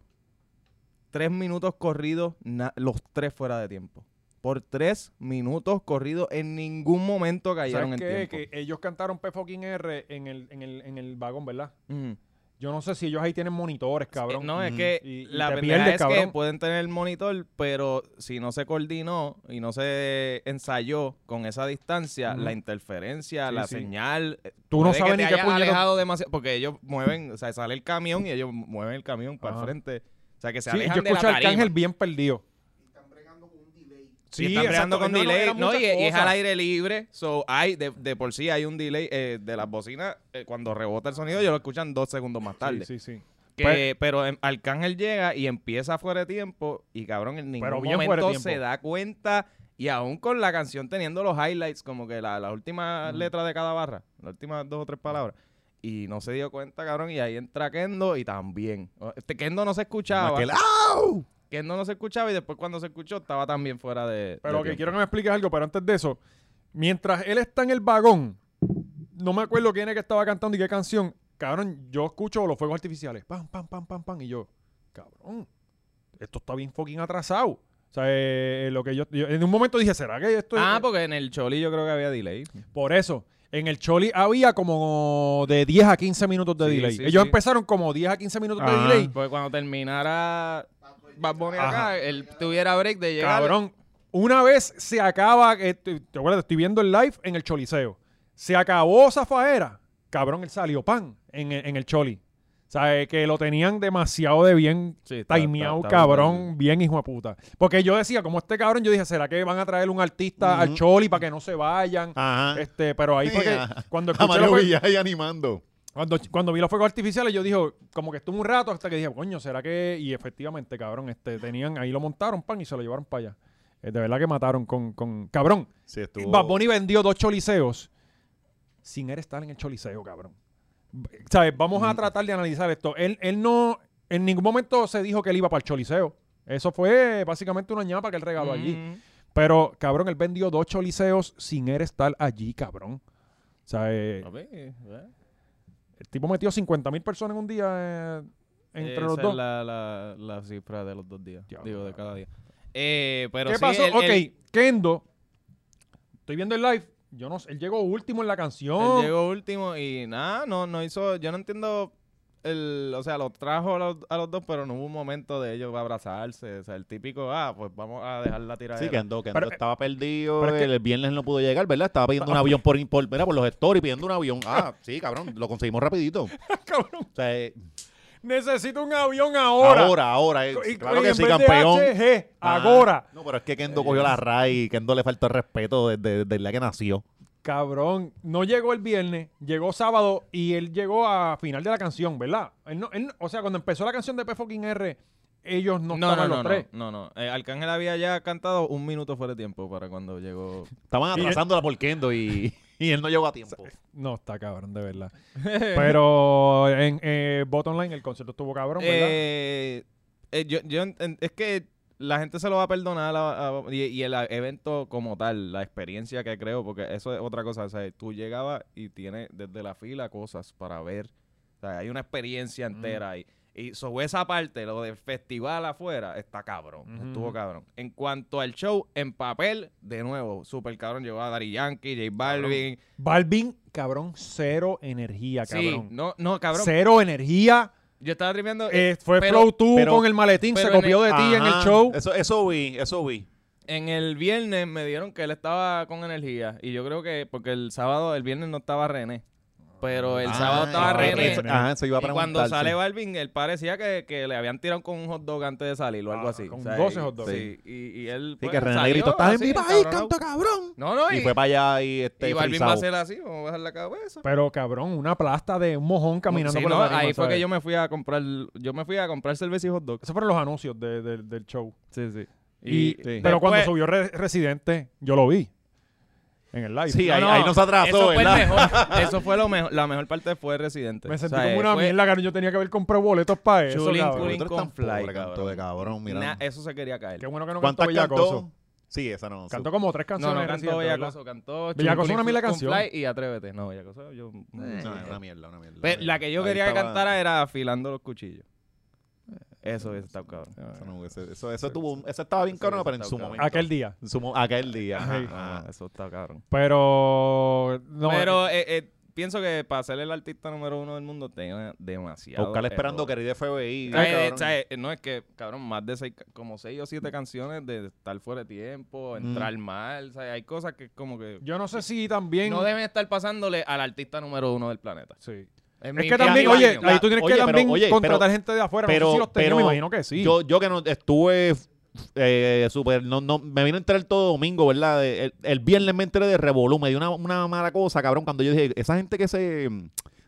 D: Tres minutos corridos, na- los tres fuera de tiempo. Por tres minutos corridos, en ningún momento cayeron en
A: ¿Sabes qué?
D: tiempo.
A: Que ellos cantaron P fucking R en el, en el, en el vagón, ¿verdad?
D: Ujú.
A: Yo no sé si ellos ahí tienen monitores, cabrón.
D: Eh, no, es
B: Ujú.
D: que
A: Y- y
D: la
A: te
D: pendeja
A: pierdes,
D: es
A: cabrón.
D: que pueden tener el monitor, pero si no se coordinó y no se ensayó con esa distancia,
A: Ujú.
D: la interferencia,
A: Sí,
D: la
A: sí.
D: señal... eh,
A: Tú no
D: puede
A: sabes
D: que
A: ni
D: te
A: qué
D: hayas
A: puñetas-
D: alejado demasiado, porque ellos mueven, o sea, sale el camión y ellos mueven el camión para
A: Ajá.
D: el frente. O sea, que se
A: Sí,
D: alejan
A: yo
D: de la
A: escuché a
D: tarima.
A: Arcángel bien perdido.
D: y
A: Sí,
D: están bregando
A: exacto.
D: con
A: No, no,
D: delay.
A: eran
D: No,
A: muchas
D: y, y es
A: cosas.
D: al aire libre. So, hay, de, de por sí hay un delay eh, de las bocinas. eh, cuando rebota el sonido, ellos lo escuchan dos segundos más tarde.
A: Sí, sí, sí.
D: Que,
A: Pues-
D: pero em, Arcángel llega y empieza fuera de tiempo y cabrón en ningún
A: Pero bien fuera de
D: momento
A: tiempo.
D: se da cuenta y aún con la canción teniendo los highlights como que la, la última letra de cada barra, las últimas dos o tres palabras. Y no se dio cuenta, cabrón, y ahí entra Kendo y también. O- Este Kendo no se escuchaba.
B: Aquel, ¡au!
D: Kendo no se escuchaba y después cuando se escuchó estaba también fuera de
A: Pero
D: de
A: que
D: tiempo.
A: quiero que me expliques algo, pero antes de eso, mientras él está en el vagón, no me acuerdo quién es que estaba cantando y qué canción. Cabrón, yo escucho los fuegos artificiales. Pam, pam, pam, pam, pam. Y yo, cabrón, esto está bien fucking atrasado. O sea, eh, lo que yo, yo- en un momento dije, ¿será que esto es- eh?
D: Ah, porque en el Choli yo creo que había delay.
A: Por eso, en el Choli había como de 10 a 15 minutos de
D: Sí,
A: delay.
D: sí,
A: Ellos
D: sí.
A: empezaron como 10 a 15 minutos de
D: Ah,
A: delay.
D: Porque cuando terminara Bad Bunny
A: Ajá.
D: acá, él tuviera break de llegar.
A: Cabrón, una vez se acaba, eh, te te acuerdas, estoy viendo el live en el Choliseo. Se acabó Zafaera. Cabrón, él salió pan en, el- en el Choli. O sea, eh, que lo tenían demasiado de bien
D: Sí, está-
A: timeado,
D: está- está
A: cabrón,
D: brutal.
A: bien hijo de puta. Porque yo decía, como este cabrón, yo dije, ¿será que van a traer un artista al Choli para que no se vayan?
D: Ah.
B: Ajá.
A: Este, pero ahí fue que
B: Ajá.
A: cuando
B: A
A: escuché los
B: Mario
A: fue-
B: Villar ahí animando.
A: cuando, cuando vi los fuegos artificiales, yo dije, como que estuve un rato hasta que dije, coño, ¿será que...? Y efectivamente, cabrón, este, tenían, ahí lo montaron, pan, y se lo llevaron para allá. Eh, de verdad que mataron con... con cabrón,
B: Sí, estuvo.
A: Bad Bunny vendió dos choliseos sin él estar en el choliseo, cabrón. B- ¿Sabes? Vamos a tratar de analizar esto. Él, él no... En ningún momento se dijo que él iba para el choliseo. Eso fue básicamente una ñapa que él regaló allí.
D: Mm.
A: Pero, cabrón, él vendió dos choliseos sin él estar allí, cabrón. O sea, eh, el tipo metió 50 mil personas en un día eh, entre
D: Esa
A: los
D: es
A: dos.
D: la, la- la cifra de los dos días.
A: Diablo,
D: digo, de cada día. Eh, pero
A: ¿Qué
D: sí,
A: pasó?
D: el-
A: ok,
D: el-
A: Kendo. Estoy viendo el live. Yo no sé, él llegó último en la
D: él
A: canción.
D: llegó último y nada, no, no hizo. Yo no entiendo. el, o sea, los trajo a los, a los dos, pero no hubo un momento de ellos abrazarse. O sea, el típico, ah, pues vamos a dejar la tiradera.
B: Sí, que Ando, que Ando
A: Pero- eh,
B: estaba perdido.
A: pero es que-
B: el viernes no pudo llegar, ¿verdad? Estaba pidiendo un avión por, por, mira, por los stories, pidiendo un avión. Ah, sí, cabrón, lo conseguimos rapidito. O
A: Cabrón,
B: sea, eh,
A: necesito un avión ahora.
B: ahora, ahora. eh,
A: Y-
B: claro
A: y
B: que
A: en
B: sí,
A: vez de
B: campeón.
A: HG,
B: Ah,
A: ahora.
B: No, pero es que Kendo cogió la RAI y Kendo le faltó el respeto desde, desde la que nació.
A: Cabrón, no llegó el viernes, llegó sábado y él llegó a final de la canción, ¿verdad? Él no- él no- o sea, cuando empezó la canción de P fucking R, ellos no,
D: no, no,
A: estaban
D: no,
A: los
D: no,
A: tres.
D: no, no. Eh, Arcángel había ya cantado un minuto fuera de tiempo para cuando llegó.
B: Estaban
A: Y él-
B: atrasándola por Kendo y, y él no llegó a tiempo.
A: No, está cabrón, de verdad. Pero en eh, Bottom Line el concierto estuvo cabrón, ¿verdad?
D: Eh, eh, yo, yo ent- en- es que la gente se lo va a perdonar a- a- y, y el evento como tal, la experiencia que creo, porque eso es otra cosa. O sea, tú llegabas y tienes desde la fila cosas para ver. O sea, hay una experiencia entera ahí. Y sobre esa parte, lo del festival afuera, está cabrón. Estuvo cabrón. En cuanto al show, en papel, de nuevo, super cabrón. Llegó a Daddy Yankee, J Balvin.
A: Balvin, cabrón, cero energía, cabrón.
D: Sí, no, no, cabrón.
A: Cero energía.
D: Yo estaba tripeando.
A: Eh, fue
D: pero-
A: Flow 2
B: pero-
A: con el maletín, se
D: pero en
A: copió de
D: el-
A: ti en el
B: Ajá,
A: show.
B: Eso, eso vi, eso vi.
D: En el viernes me dieron que él estaba con energía. Y yo creo que, porque el sábado, el viernes no estaba René. Pero el
B: Ah,
D: sábado estaba
B: ah,
D: René.
B: eso- Ajá, eso iba a
D: y
B: preguntar.
D: cuando sale
B: sí.
D: Balvin, él parecía que, que le habían tirado con un hot dog antes de salir o algo
A: Ah,
D: así.
A: con
D: O sea,
A: 12
D: y-
A: hot dogs.
D: Sí, y, y él.
B: Sí,
D: pues,
B: que René le
D: salió
B: gritó, estás en
D: así,
B: mi país,
D: encabronado".
B: canto cabrón.
D: No, no, y,
B: Y fue para allá y este
D: y Balvin va a
B: frisado.
D: ser así, vamos a bajar la cabeza.
A: Pero cabrón, una plasta de un mojón caminando
D: Sí,
A: por
D: no,
A: la tarima,
D: ahí fue
A: ¿sabes?
D: que yo me fui a comprar, yo me fui a comprar cerveza y hot dog.
A: Esos fueron los anuncios de- de- del show.
D: Sí, sí.
A: Y,
D: sí.
A: Pero cuando
D: Después-
A: subió Re- Residente, yo lo vi. En el live.
B: Sí,
D: No,
B: ahí,
D: no,
B: ahí nos atrasó,
D: eso fue el
B: ¿verdad?
D: mejor- eso fue lo mejor, la mejor parte fue Residente.
A: me sentí
D: O sea,
A: como una
D: fue
A: mierda, cabrón. Yo tenía que haber comprado boletos para eso,
D: Chulín,
A: cabrón.
D: culín
B: Tú eres
D: con
B: tan
D: fly,
B: pobre, canto
D: cabrón.
B: de cabrón, mira.
D: na- eso se quería caer.
A: Qué bueno que no cantó
B: ¿Cuántas
A: Bellacoso.
B: cantó? Sí, esa no.
A: Cantó como tres
D: No,
A: canciones
D: no
A: de
D: cantó
A: Residente, ¿verdad?
D: Bellacoso, cantó Chulín,
A: Bellacoso es
D: culín,
A: una mierda
D: con
A: canción.
D: Fly y Atrévete. No, Bellacoso yo...
B: No,
D: Eh.
B: es una mierda, una mierda.
D: Pe- Pues, la que yo
B: Ahí
D: quería que
B: estaba-
D: cantara era Afilando los Cuchillos. Eso hubiese estado cabrón.
B: Eso, no, ese- eso, eso tuvo un- eso estaba bien cabrón,
D: hubiese
B: pero en su
D: estado cabrón.
B: momento.
A: Aquel día.
B: En su mo- aquel día. ajá,
A: Sí.
B: ajá.
D: Ah, eso está cabrón.
A: Pero. No,
D: Pero eh, eh, pienso que para ser el artista número uno del mundo tenía demasiado
B: Oscar esperando
D: error.
B: que de FBI.
D: Ay, eh,
B: cabrón.
D: ¿sabes? Eh, No es que, cabrón, más de seis, ca- como seis o siete canciones de estar fuera de tiempo, entrar mal, ¿sabes? Hay cosas que como que
A: yo no sé si también.
D: no deben estar pasándole al artista número uno del planeta.
A: Sí.
D: En
A: Es
D: mi-
A: que
D: en
A: también,
D: mi
A: oye,
D: opinión.
A: ahí tú tienes
B: Oye,
A: que
B: pero-
A: también
B: oye, pero-
A: contratar gente de afuera. no sé si los tenía, me imagino que sí.
B: Yo, yo que no estuve eh, súper. No, no, me vine a enterar todo domingo, ¿verdad? De- El, el viernes me enteré de Revolú. Me dio una, una mala cosa, cabrón. Cuando yo dije, esa gente que se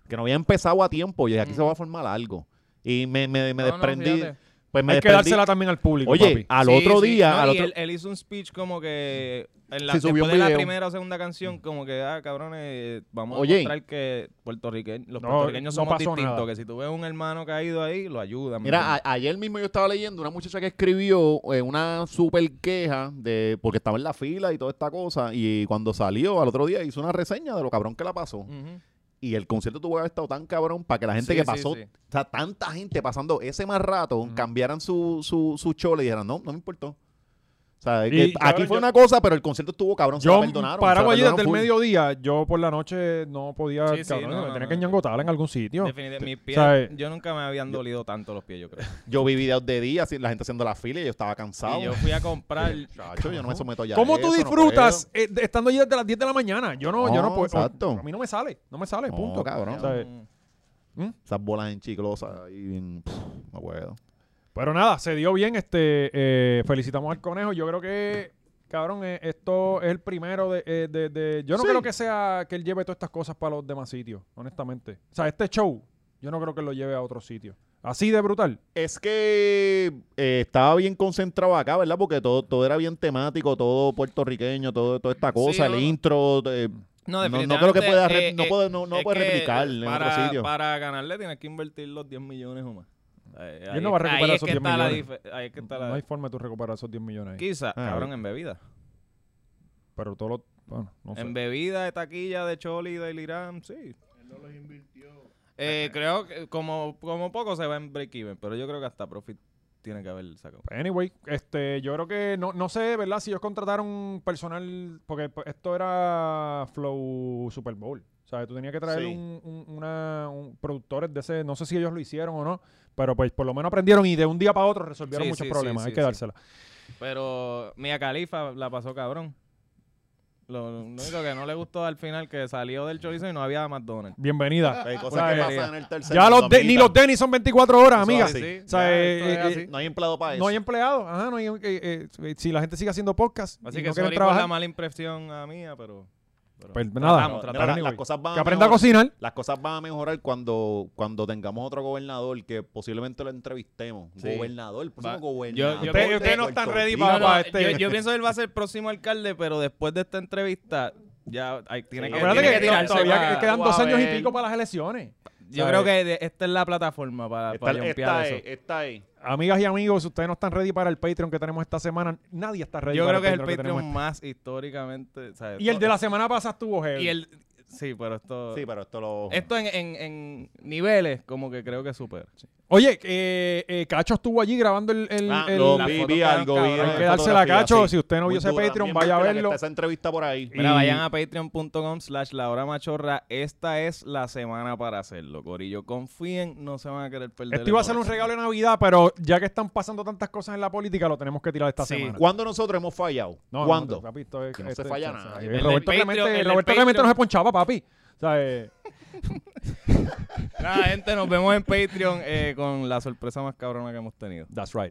B: que no había empezado a tiempo, yo dije, aquí se va a formar algo. Y me, me, me
D: No, no,
B: desprendí.
D: fíjate.
B: pues me
A: Hay que
B: desprendí.
A: dársela también al público.
B: Oye, ah,
A: papi.
B: al
D: Sí,
B: otro
D: sí,
B: día,
D: no,
B: al
D: y
B: otro-
D: él, él hizo un speech como que en la,
B: Sí, subió un
D: después de la
B: video.
D: primera o segunda canción, como que, ah, cabrones, vamos
B: Oye.
D: a mostrar que puertorrique- los
A: No,
D: puertorriqueños
A: no
D: somos
A: pasó
D: distintos,
A: nada.
D: que si tú ves un hermano caído ahí, lo ayudan. ¿me
B: Mira, ah, a- ayer mismo yo estaba leyendo una muchacha que escribió eh, una super queja de porque estaba en la fila y toda esta cosa y cuando salió al otro día hizo una reseña de lo cabrón que la pasó
D: entiendes? Ujú.
B: y el concierto tuvo que haber estado tan cabrón para que la gente
D: Sí,
B: que
D: sí,
B: pasó,
D: sí.
B: o sea, tanta gente pasando ese más rato, cambiaran su, su, su chole y dijeran, no, no me importó. O sea, es
A: Y,
B: que
A: cabrón,
B: aquí fue
A: yo-
B: una cosa, pero el concierto estuvo cabrón, se
A: Yo
B: la perdonaron.
A: paraba
B: se
A: allí
B: la
A: desde el
B: perdonaron full.
A: mediodía. Yo por la noche no podía.
D: Sí, sí,
A: cabrón,
D: no,
A: me
D: no,
A: tenía
D: no.
A: que ñangotarla en algún sitio.
D: Definitivamente, mis pies,
A: ¿Sabes?
D: yo nunca me habían dolido tanto los pies, yo creo.
B: Yo vi videos de día, así, la gente haciendo la fila y yo estaba cansado.
D: Y yo fui a comprar.
B: Chacho, yo no me someto ya a
A: ¿Cómo
B: eso,
A: tú
B: no
A: disfrutas eh, de- estando allí desde las 10 de la mañana? Yo no, yo
B: No,
A: no puedo.
B: exacto.
A: A mí no me sale, no me sale,
B: No,
A: punto.
B: cabrón.
A: ¿Sabes?
B: Esas bolas en chiclosa y bien. pff, no puedo.
A: Pero nada, se dio bien. Este, eh, felicitamos al conejo. Yo creo que, cabrón, eh, esto es el primero de, eh, de- de- Yo no creo que sea que él lleve todas estas cosas para los demás sitios, honestamente. O sea, este show, yo no creo que lo lleve a otro sitio. Así de brutal.
B: Es que eh, estaba bien concentrado acá, ¿verdad? Porque todo, todo era bien temático, todo puertorriqueño, todo, toda esta cosa, el
D: no, no.
B: intro. eh,
D: No,
B: No- no
D: definitivamente.
B: creo que pueda re-
D: eh,
B: no
D: eh,
B: puede- no- no
D: es
B: puede
D: que
B: replicar en
D: para,
B: otro sitio.
D: Para ganarle tienes que invertir los 10 millones o más. Ahí,
A: Él no va a recuperar
D: ahí es
A: esos
D: que
A: 10
D: está la
A: millones.
D: dife- Ahí es que está la.
A: No hay forma de tú recuperar esos 10 millones ahí.
D: Quizá,
B: Ah,
D: cabrón, en bebida.
A: Pero todo lo. Bueno, no sé.
D: En bebida de taquilla de Choli de Lirán, sí. Él no los invirtió. Eh, creo que como, como poco se va en break-even, pero yo creo que hasta Profit tiene que haber sacado.
A: Anyway, este, yo creo que no, no sé, ¿verdad? Si ellos contrataron personal, porque p- esto era pues, Flow Super Bowl. O sea, tú tenías que traer
B: Sí.
A: un, un- una, un- productores de ese, no sé si ellos lo hicieron o no, pero pues por lo menos aprendieron y de un día para otro resolvieron
D: Sí,
A: muchos
D: sí, sí,
A: problemas,
D: sí,
A: hay que
D: sí.
A: dársela.
D: Pero Mia Khalifa la pasó cabrón. Lo, lo único que no le gustó al final que salió del chorizo y no había McDonald's.
A: Bienvenida.
B: Hay cosas
A: O sea,
B: que
A: eh,
B: pasan en el tercer
A: ya los
B: mundo,
A: de- ni
B: amiguita.
A: los Denny son 24 horas, amiga.
B: así.
A: O sea,
D: Ya,
A: eh,
D: esto
A: eh,
D: es así.
A: eh,
B: No hay empleado para eso.
A: No hay empleados, ajá, no hay, eh, eh, eh, si la gente sigue haciendo podcast
D: Así
A: y
D: que
A: no
D: sorry
A: quieren
D: por la
A: trabajar,
D: mala impresión a mía, pero... pero
A: pues nada,
D: tratamos,
B: Mira,
D: tratamos.
B: las-
A: anyway.
B: las cosas van
A: que aprenda a
B: mejorar.
A: cocinar.
B: Las cosas van a mejorar cuando, cuando tengamos otro gobernador que posiblemente lo entrevistemos.
D: Sí.
B: Gobernador, el próximo
D: Va.
B: gobernador.
D: Yo-
A: Ustedes
D: yo- Ustedes-
A: ustedes no
B: Puerto
A: están ready
B: Rico.
A: para,
D: No, no,
A: para este.
D: yo, yo pienso que él va a ser el próximo alcalde, pero después de esta entrevista ya hay- tiene que,
A: Acuérdate
D: tiene
A: que,
D: que tirarse
A: todavía
D: para-
A: quedan dos
H: Guabel.
A: años y pico para las elecciones.
D: Yo creo que de- esta es la plataforma para,
B: Está,
D: para jumpear
B: está, ahí,
D: eso.
B: está ahí.
A: Amigas y amigos, si ustedes no están ready para el Patreon que tenemos esta semana, nadie está ready
D: Yo
A: para
D: creo que este. es el
A: tenemos
D: Patreon más históricamente... o sea,
A: esta- Y el de la semana pasada estuvo heavy.
D: Y el... Sí, pero esto...
B: Sí, pero esto lo.
A: Este
D: Esto en, en, en niveles como que creo que supera.
A: Oye, eh, eh, Cacho estuvo allí grabando el... el-
B: Ah,
A: el-
B: lo
D: la
B: vi,
D: foto
B: vi
D: está
B: algo. Vi
D: cabrón.
B: en
D: Hay
A: que dársela a
B: fotografía,
A: Cacho.
B: sí.
A: Si usted no
B: Muy
A: vio ese
B: dura.
A: Patreon,
B: También
A: vaya a
B: búsquela, que
A: verlo.
B: está Esa entrevista por ahí.
A: Y-
D: Mira, vayan a patreon.com slash la hora machorra. Esta es la semana para hacerlo, Corillo. Confíen, no se van a querer perder.
A: Esto iba a ser un regalo de Navidad, pero ya que están pasando tantas cosas en la política, lo tenemos que tirar esta
D: Sí.
A: semana.
B: ¿Cuándo nosotros hemos fallado?
A: No, no,
B: ¿Cuándo?
A: papi, esto es-
B: Que no
A: esto
B: se
A: es-
B: falla
A: o sea,
B: nada.
A: el
D: El del
A: Roberto
D: Patreon-
A: Clemente,
D: el del
A: Roberto Clemente
D: Patreon-
A: no se ponchaba, papi. O sea, eh,
D: Nada, gente, nos vemos en Patreon eh, con la sorpresa más cabrona que hemos tenido.
A: that's right.